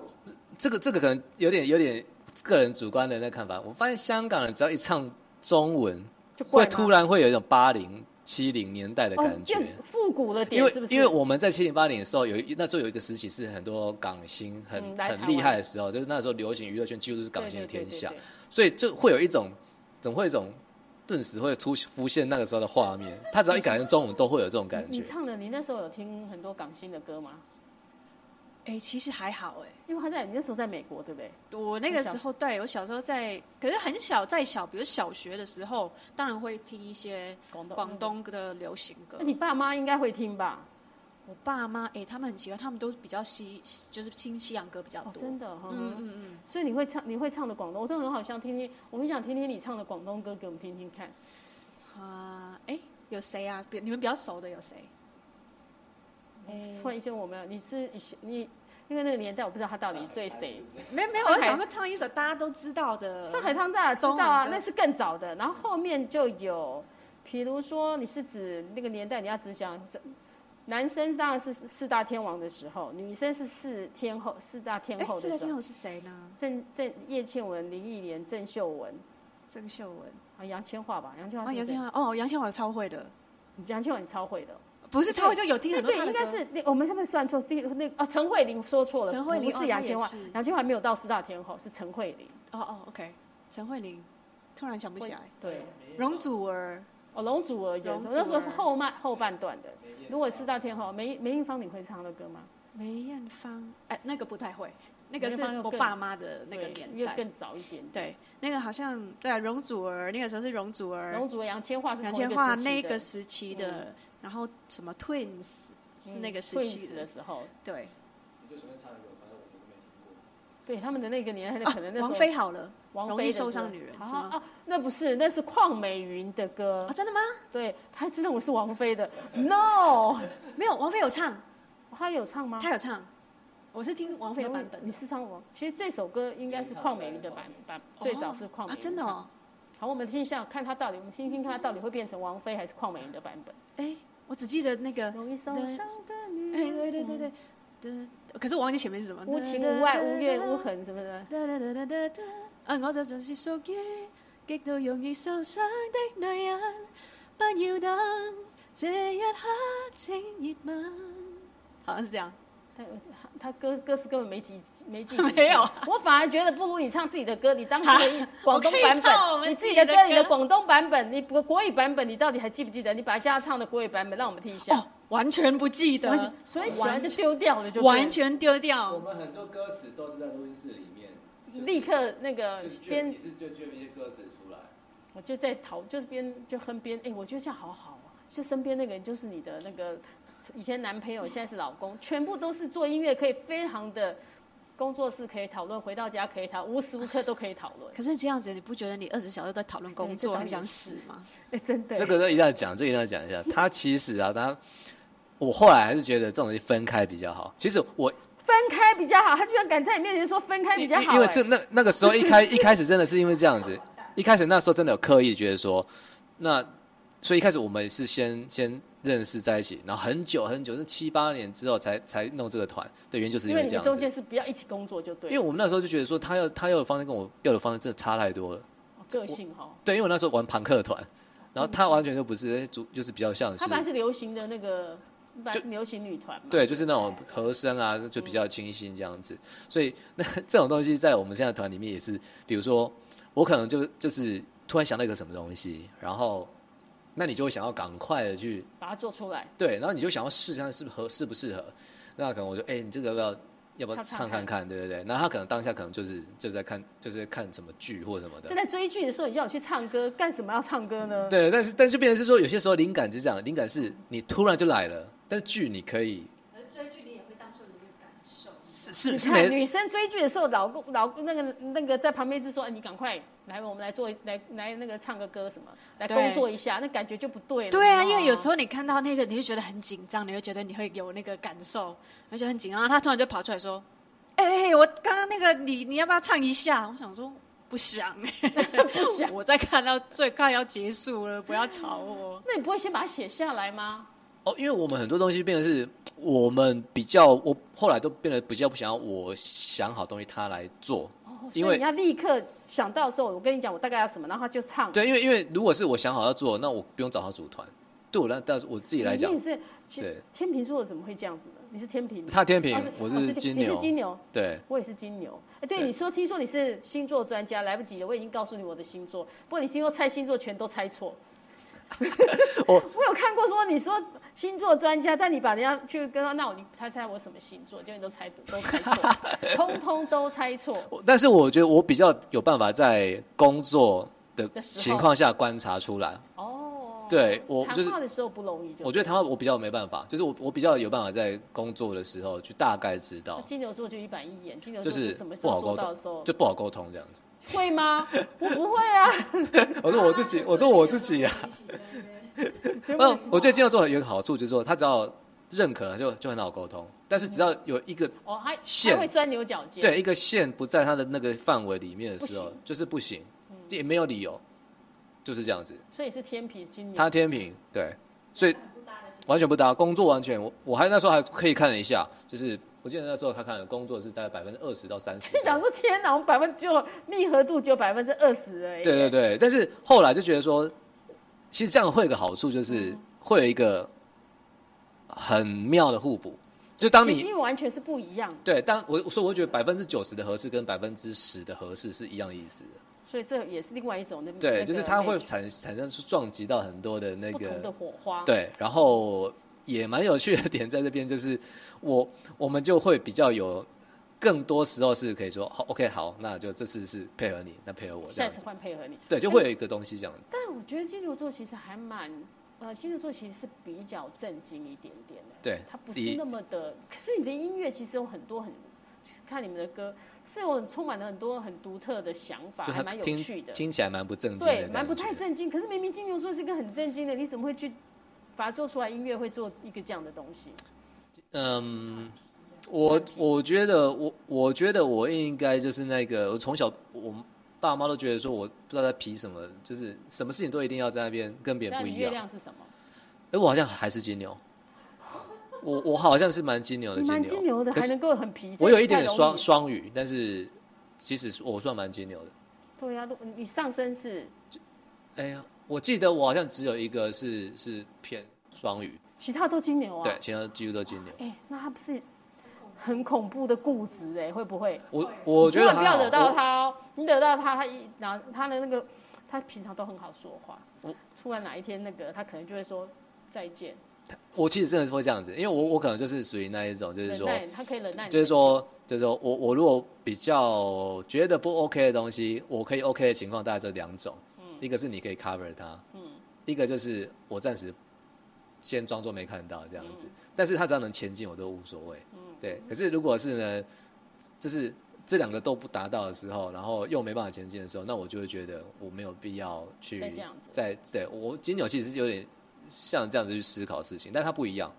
这个这个可能有点有点个人主观的那看法。我发现香港人只要一唱中文，就怪会吗突然会有一种八零七零年代的哦感觉。变复古了因点为是不是？因为我们在七零八零的时候，有一那时候有一个时期是很多港星很、嗯来台很湾厉害的时候，就是那时候流行娱乐圈几乎都是港对星的对对天下对对，所以就会有一种，总会有一种顿时会出浮现那个时候的画面。他只要一改成中文，都会有这种感你觉。唱的，你那时候有听很多港星的歌吗？哎、其实还好哎、因为他在你那时候在美国，对不对？我那个小时候，对我小时候在，可是很小，在小，比如小学的时候，当然会听一些广东广东的嗯流行歌那。你爸妈应该会听吧？我爸妈，哎、他们很奇怪，他们都是比较西，就是听西洋歌比较哦，多。真的，嗯嗯嗯。嗯嗯，所以你会唱，你会唱的广东，我真的很好想听听，我很想听听你唱的广东歌给我们听听看。啊、哎、有谁啊？比你们比较熟的有谁？突然一间我们要，你是以前你，因为那个年代我不知道他到底对谁。没没有，上海我想说唱一首大家都知道的。上海滩大家知道啊，嗯中文歌那是更早的。然后后面就有，比如说你是指那个年代，你要只想，男生当然是四大天王的时候，女生是四天后四大天哎，后四的大时天候。后是谁呢？郑郑叶倩文、林忆莲、郑秀文，郑秀文。啊，杨千嬅吧，杨千嬅是哦，不是杨千嬅。哦，杨千嬅超会的，杨千嬅你超会的，不是超会就有听对很多对，她应的歌。该是那我们是不是算错？第那个哦，陈慧琳说错了，陈慧琳不哦是杨她千也嬅是，杨千嬅没有到四大天后，是陈慧琳。哦哦，OK，陈慧琳，突然想不起来。对，容祖儿。哦，容祖儿有，容祖那时候是儿后半后半段的。如果四大天后，梅梅艳芳你会唱的歌吗？梅艳芳，哎，那个不太会，那个梅艳是芳又我更爸妈的那个对年因为代。更早一点。对，那个好像对啊，容祖儿那个时候是容祖儿容、祖儿、杨千嬅是杨同一千嬅时期那的嗯个时期的，然后什么 Twins 是那个时期 Twins 的，嗯的时候，对，对他们的那个年代，啊可能那时候王菲好了，王容菲易的受时候伤女人啊是吗啊，那不是，那是邝美云的歌啊，。真的吗？对，他还知道我是王菲的。No，没有，王菲有唱，他有唱吗？她有唱，我是听王菲的版本哦你，是唱王？其实这首歌应该是邝美云的版版，最早是邝哦美啊，云。真的。哦，好，我们听一下，看他到底，我们听听看他到底会变成王菲还是邝美云的版本。哎，我只记得那个，容易受伤的哎，女人，对对对对，对，可是我忘记前面是什么，无情无爱无怨无恨什么的。哒哒哒哒哒哒，啊！我就像是屬於極度容易受傷的女人，不要等，這一刻請熱吻。好像是這樣，但他歌歌词根本没记没记 没有，我反而觉得不如你唱自己的歌，你当时的广东我可以 版唱我本，们你自己自的己的歌，你的歌广东版本，你国国语版本，你到底还记不记得？你把现在唱的国语版本让我们听一下。哦，完全不记得完，全，所以喜欢就丢掉了，就对了完全丢我掉。们很多歌词都是在录音室里面，就是立刻那个就是卷，边也，是就卷一些歌词出来。我就在讨，就是边就哼边，哎、我觉得这样好好啊，就身边那个人就是你的那个以前男朋友，现在是老公，全部都是做音乐，可以非常的工作室可以讨论，回到家可以讨，无时无刻都可以讨 论。可是这样子，你不觉得你二十小时都在讨论工对这作，倒很想也死吗？哎、真的耶，这个呢一定要讲，这个一定要讲一下。他其实啊，他我后来还是觉得这种东西分开比较好。其实我分开比较好，他居然敢在你面前说分开比因较好、因为哎这那那个时候一开一开始真的是因为这样子，一开始那时候真的有刻意觉得说，那所以一开始我们是先先认识在一起，然后很久很久，是七八年之后才才弄这个团的原因就是因因为为你这们样中子间。是不要一起工作就对因了，为我们那时候就觉得说，他要他要的方式跟我要的方式真的差太多了。哦个性哈、对，因为我那时候玩朋克团，然后他完全就不是，主就是比较像是他本来是流行的那个，本来是流行女团嘛，对，就是那种和声啊，就比较清新这样子。所以那这种东西在我们现在团里面也是，比如说我可能就就是突然想到一个什么东西，然后那你就会想要赶快的去把它做出来。对，然后你就想要试看是不是合适不适合。那可能我就哎、你这个要不要要不要他唱唱看看看，对对对。那他可能当下可能就是就在看就是在看什么剧或什么的正。在追剧的时候，你叫我去唱歌，干什么要唱歌呢？对，但是但是变成是说，有些时候灵感是这样，灵感是你突然就来了，但是剧你可以而追剧你也会当受你的感受。是是你是看没女生追剧的时候，老公老那个那个在旁边就说：“哎，你赶快来，我们来做来来那个唱个歌什么，来对工作一下。”那感觉就不对了。对啊，你知因道为有吗时候你看到那个，你会觉得很紧张，你会觉得你会有那个感受，你会觉得很紧张。然后他突然就跑出来说：“哎、哎我刚刚那个你你要不要唱一下？”我想说不想，不 想，我在看到最快要结束了，不要吵我。那你不会先把它写下来吗？哦，因为我们很多东西变得是，我们比较，我后来都变得比较不想要我想好东西他来做，哦因所以为你要立刻想到的时候，我跟你讲我大概要什么，然后他就唱。对，因为因为如果是我想好要做，那我不用找他组团，对我来，但是我自己来你讲一定，是其对天秤座怎么会这样子呢？你是天秤，他天平哦，我哦是金你牛，是金牛，对，我也是金牛。哎，对，对你说听说你是星座专家，来不及了，我已经告诉你我的星座。不过你听说猜星座全都猜错。 我我有看过说你说星座专家，但你把人家去跟他，那我你猜猜我什么星座，结果你都猜都猜错， 通通都猜错。我但是我觉得我比较有办法在工作的的时候情况下观察出来，哦，对我谈就是话的时候不容易，就我觉得台湾我比较没办法，就是我我比较有办法在工作的时候去大概知道，金牛座就一板一眼，金牛就座是什么时不好候沟做到的时候通，就不好沟通这样子。会 吗？我不会啊。我说我自己，我说我自己呀、啊结果嗯，我觉得金牛座有一个好处，就是说他只要认可就就很好沟通，但是只要有一个 哦，还线还会钻牛角尖。对一个线不在他的那个范围里面的时不候行，嗯就是不行，也没有理由，就是这样子。所以是天平金牛。他天平对，所以完全不搭，工作完全我我还那时候还可以看了一下，就是我记得那时候他看工作是大概百分之二十到三十就，想说天哪，我们百分就密合度只有百分之二十而已。对对对，但是后来就觉得说，其实这样会有一个好处，就是嗯会有一个很妙的互补，就当其你实因为完全是不一样，对，但我所以我觉得百分之九十的合适跟百分之十的合适是一样的意思的。所以这也是另外一种的。嗯那对，个就是它会那种产产生出撞击到很多的那不同的个火花。，对，然后也蛮有趣的点在这边，就是我我们就会比较有更多时候是可以说好 OK 好，那就这次是配合你，那配合我这下样次子，换配合你。对，就会有一个东西这样。但我觉得金牛座其实还蛮。呃，金牛座其实是比较震惊一点点的，对它不第是一那么的。可是你的音乐其实有很多很，看你们的歌是有充满了很多很独特的想法，就还他蛮有听趣的。听起来蛮不正经的感对，觉，蛮不太正经。可是明明金牛座是一个很正经的，你怎么会去把它做出来音乐会做一个这样的东西？嗯，我我觉得我我觉得我应该就是那个，我从小我爸妈都觉得说我不知道在皮什么，就是什么事情都一定要在那边跟别人那不你一月样。亮是什么？哎，我好像还是金牛，我我好像是蛮金牛的你金蛮牛，金牛的，可还是能够很皮。我有一这点也点不太容易。双双语，但是其实我算蛮金牛的。对呀、都你上身是，哎呀，我记得我好像只有一个是是偏双语，其他都金牛啊。对，。其他几乎都金牛。哎、那他不是很恐怖的固执，哎，会不会？我我觉得千万不要还好惹到我他哦，你惹到他，他一然后他的那个，他平常都很好说话，突然哪一天那个他可能就会说再见，我其实真的是会这样子，因为我我可能就是属于那一种，就是忍说，耐，他可以忍耐你，就是说，就是说我我如果比较觉得不 OK 的东西，我可以 OK 的情况大概这两种，嗯一个是你可以 cover 它，一个就是我暂时先装作没看到这样子，嗯但是他只要能前进，我都无所谓，对。可是如果是呢，就是这两个都不达到的时候，然后又没办法前进的时候，那我就会觉得我没有必要去再这样子再对我金牛其实是有点像这样子去思考事情，但它不一样。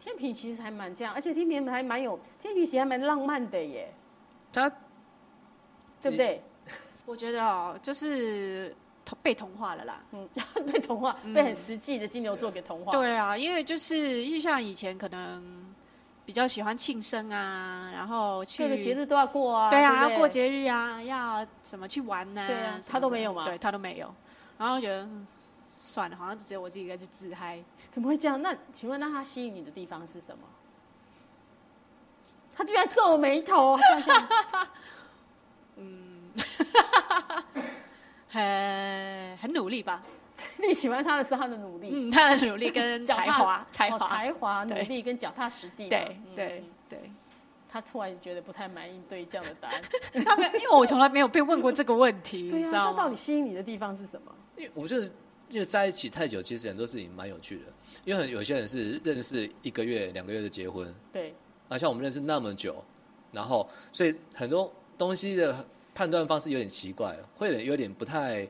天平其实还蛮这样，而且天平还蛮有天平其实还蛮浪漫的耶，他对不对？我觉得哦，就是同被同化了啦。嗯， 被同化，被很实际的金牛座给同化。，嗯对啊，因为就是因为像以前可能比较喜欢庆生啊，然后去各个节日都要过啊。对不啊，要过节日啊，要怎么去玩呐、对啊什么的他都没有嘛对他都没有，然后觉得、嗯算了，好像只有我自己在自嗨。怎么会这样？那请问，那他吸引你的地方是什么？他居然皱眉 头，啊他居然这样很很努力吧，你喜欢他的是他的努力、嗯，他的努力 跟脚才踏华，才哦华，才华、努对力跟脚踏实地嘛。对嗯对对，他突然觉得不太满意对这样的答 案。他们因为我从来没有被问过这个问题，对你啊，知他道到吗底？吸引你的地方是什么？因为我就是因为在一起太久，其实很多事情蛮有趣的。因为很有些人是认识一个月、两个月就结婚，对，啊，像我们认识那么久，然后所以很多东西的判断方式有点奇怪，会有点有点不太。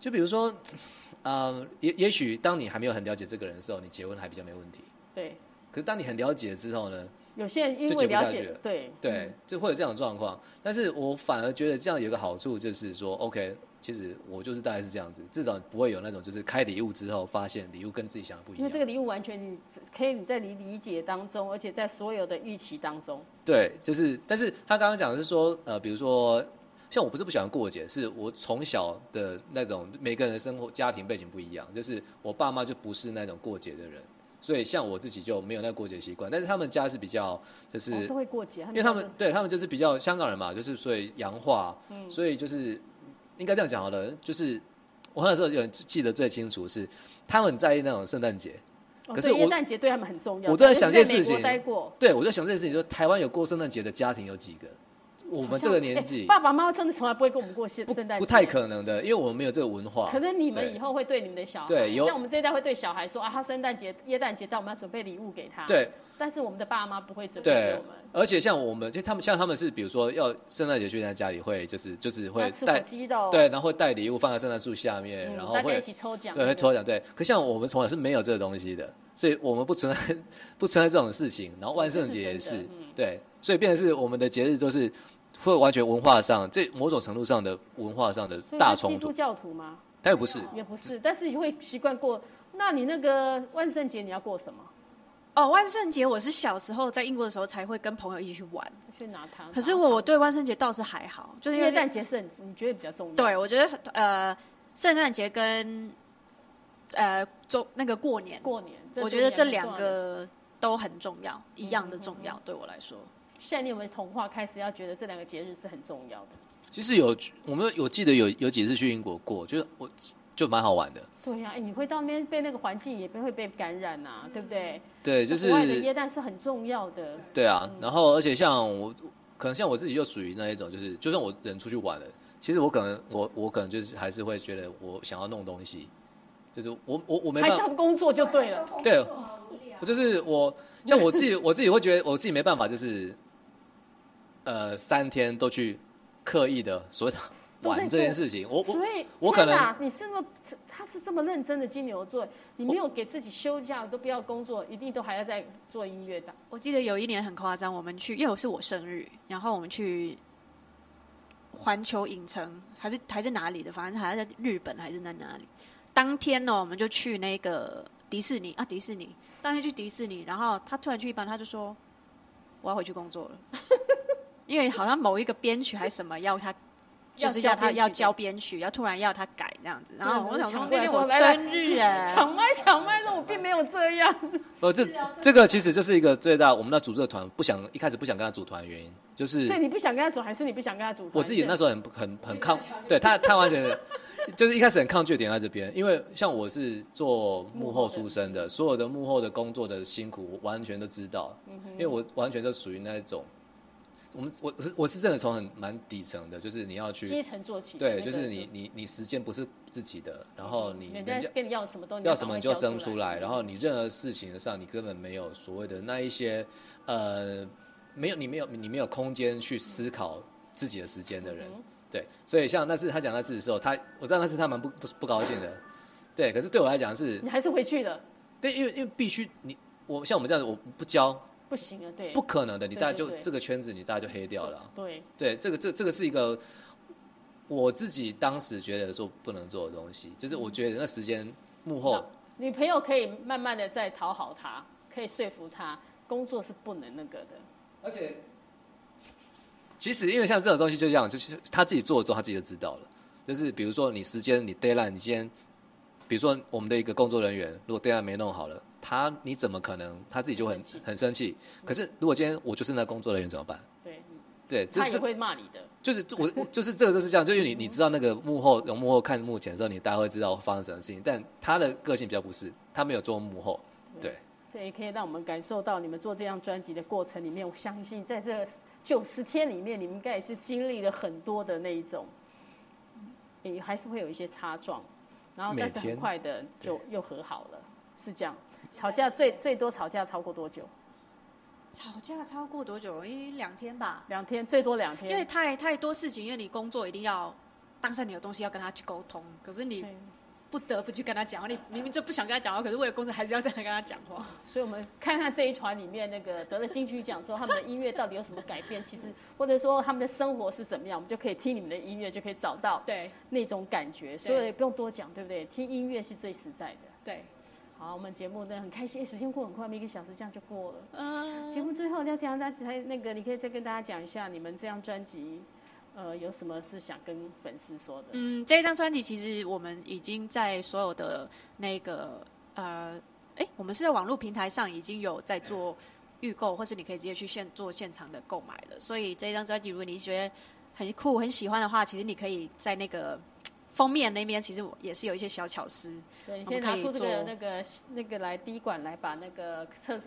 就比如说， 嗯，也也许当你还没有很了解这个人的时候，你结婚还比较没问题。对，可是当你很了解之后呢，有些人因就为解不下了去解了，对对，就会有这样的状况。但是我反而觉得这样有一个好处，就是说，OK，其实我就是大概是这样子，至少不会有那种就是开礼物之后发现礼物跟自己想的不一因为样。这个礼物完全你只可以你在你理解当中，而且在所有的预期当中，对，就是，但是他刚刚讲的是说，呃，比如说，像我不是不喜欢过节，是我从小的那种每个人的生活家庭背景不一样，就是我爸妈就不是那种过节的人，所以像我自己就没有那过节习惯。但是他们家是比较就是、哦都会过节，因为他们都是对他们就是比较香港人嘛，就是所以洋化，嗯所以就是应该这样讲好了，就是我那时候有记得最清楚是他们很在意那种圣诞节，哦可是对我耶诞节对他们很重要。我都在想因为这件事美国情待过，对我就想这件事情，说台湾有过圣诞节的家庭有几个？我我们这个年 纪哎爸爸妈妈真的从来不会跟我们过圣圣诞节，不太可能的，因为我们没有这个文化。可能你对们以后会对你们的小孩，对有像我们这一代会对小孩说啊，他圣诞节、耶诞节到，我们要准备礼物给他。，对但是我们的爸妈不会准备给对我们，，而且像我们就他们像他们是比如说要圣诞节去人家家里会就是就是要会吃火带鸡肉，嗯对，，然后会带礼物放在圣诞树下面，然后大家会一起抽奖，对，会抽奖，对。可像我们从来是没有这个东西的，所以我们不存在 不存在这种事情。然后万圣节也这是是真的嗯，对，所以变成是我们的节日都是会完全文化上，这某种程度上的文化上的所以大他基冲督突。教徒吗？它也不是，也不是，但是你会习惯过。那你那个万圣节你要过什么？哦，万圣节我是小时候在英国的时候才会跟朋友一起去玩，去拿糖。可是我对万圣节倒是还好，就是因耶为诞节是很你觉得比较重要？对，我觉得呃，圣诞节跟呃中那个过年，过年，我觉得这两重要的个都很重要，一样的重嗯要，对我来说。现在你有没有童话开始要觉得这两个节日是很重要的？其实有我们有记得有有几次去英国过，就是我就蛮好玩的。对呀、哎你会到那边被那个环境也被会被感染呐、对不对？对，就是国外的耶嗯诞是很重要的。对啊，然后而且像我，可能像我自己就属于那一种，就是就算我人出去玩了，其实我可能我我可能就是还是会觉得我想要弄东西，就是我我我没还办是法要，工作就对了，对，我就是我像我自己 我自己会觉得我自己没办法，就是呃三天都去刻意的所谓的都在玩这件事情，我我所以我可能天哪你是那么他是这么认真的金牛座，你没有给自己休假，都不要工作，一定都还要在做音乐的。我记得有一年很夸张，我们去，因为是我生日，然后我们去环球影城，还是还是哪里的，反正还是在日本还是在哪里。当天呢，我们就去那个迪士尼啊，迪士尼。当天去迪士尼，然后他突然去一半，他就说我要回去工作了， 因为好像某一个编曲还是什么要他，就是要交编要他曲要交编曲，要突然要他改这样子。然后我想说抢过那来天我说来来生日欸 哎，抢麦抢麦说我并没有这样，呃，这啊这个其实就是一个最大我们那组这个团不想一开始不想跟他组团的原因，就是所以你不想跟他组，还是你不想跟他组团？我自己那时时候很很很抗，对他他完全就是一开始很抗拒的点在这边，因为像我是做幕后出身的，所有的幕后的工作的辛苦，我完全都知道，嗯因为我完全都属于那一种，我们我是我是真的从很蛮底层的，就是你要基去层做起的那个，对，嗯就是你你你时间不是自己的，然后你人人家家跟你要什么都要什么你就生生出来，然后你任何事情上你根本没有所谓的那一些呃，没有你没有你没有空间去思考自己的时间的人，对，所以像那次他讲那次的时候，他我知道那次他蛮不不不高兴的，对，可是对我来讲是你，还是回去了，对，因为因为必须你我像我们这样子我不教不行啊，对，不可能的，你大概对就对对这个圈子你大概就黑掉了啊、对，对，这个这这个是一个我自己当时觉得说不能做的东西，就是我觉得那时间幕后。女朋友可以慢慢的在讨好他，可以说服他，工作是不能那个的。而且，其实因为像这种东西就这样，就是他自己做了之后，他自己就知道了。就是比如说你时间，你 d a y l i n e 你今天，比如说我们的一个工作人员，如果 d a y l i n e 没弄好了，他你怎么可能他自己就很生气很生气？可是如果今天我就是那工作人员怎么办？对，对，这他也这会嗯骂你的。就是我我就是这个就是这样，就因为你你知道那个幕后从幕后看幕前的时候，你大概会知道发生什么事情，但他的个性比较不是，他没有做幕后，对。这也可以让我们感受到你们做这张专辑的过程里面，我相信在这九十天里面，你们应该也是经历了很多的那一种，也还是会有一些擦撞，然后但是每天很快的就又和好了，是这样。吵架最最多吵架超过多久？吵架超过多久？一两天吧，两天，最多两因为天。太太多事情，因为你工作一定要当下你有东西要跟他去沟通，可是你对不得不去跟他讲话，你明明就不想跟他讲话，可是为了工作还是要跟他跟他讲话。哦所以我们看看这一团里面那个得了金曲奖之后，他们的音乐到底有什么改变？其实或者说他们的生活是怎么样，我们就可以听你们的音乐，就可以找到对那种感觉。所以不用多讲，对不对？听音乐是最实在的。对，好，我们节目呢很开心，诶时间过很快，我们一个小时这样就过了。嗯、节目最后要讲大家还那个，你可以再跟大家讲一下你们这张专辑，呃，有什么是想跟粉丝说的？嗯，这一张专辑其实我们已经在所有的那个呃，哎，我们是在网络平台上已经有在做预购，或是你可以直接去现做现场的购买了。所以这一张专辑，如果你觉得很酷、很喜欢的话，其实你可以在那个封面那边，其实我也是有一些小巧思。对，你我可以们拿可以出这个做那个那个来滴管来把那个测试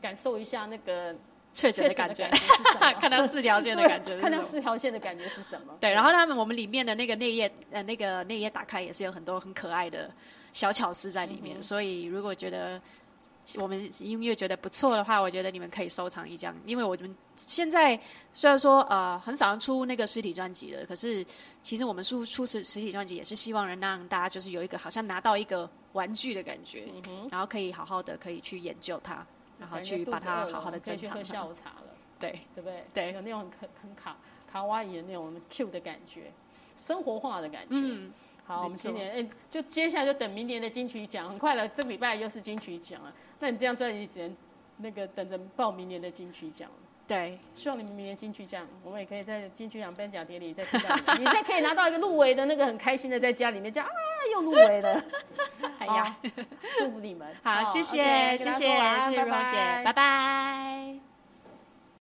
感受一下那个确确诊诊的感觉，是什 么看到 四条线的对感觉是什么，看到四条线的感觉是什么？对，然后他们我们里面的那个内页，呃，那个内页打开也是有很多很可爱的小巧思在里嗯面，所以如果觉得我们音乐觉得不错的话，我觉得你们可以收藏一张，因为我们现在虽然说呃很少出那个实体专辑了，可是其实我们出出实实体专辑也是希望能让大家就是有一个好像拿到一个玩具的感觉，然后可以好好的可以去研究它，然后嗯感觉去肚把子它饿了好好的我可以珍去藏喝下它。午茶了， 对对不对？对有那种很很卡卡哇伊的那种 Q 的感觉，生活化的感觉。嗯，好，我们没错今年哎、就接下来就等明年的金曲奖，很快了，这个礼拜又是金曲奖了。那你这样专辑只能那个等着报明年的金曲奖了。对，希望你们明年金曲奖，我们也可以在金曲奖颁奖典礼再听到你，你再可以拿到一个入围的那个，很开心的在家里面这样啊，又入围了， 哎好呀。祝福你们。 好，谢 OK，谢，跟谢大家谢，说晚安谢谢拜蓉姐拜，拜拜。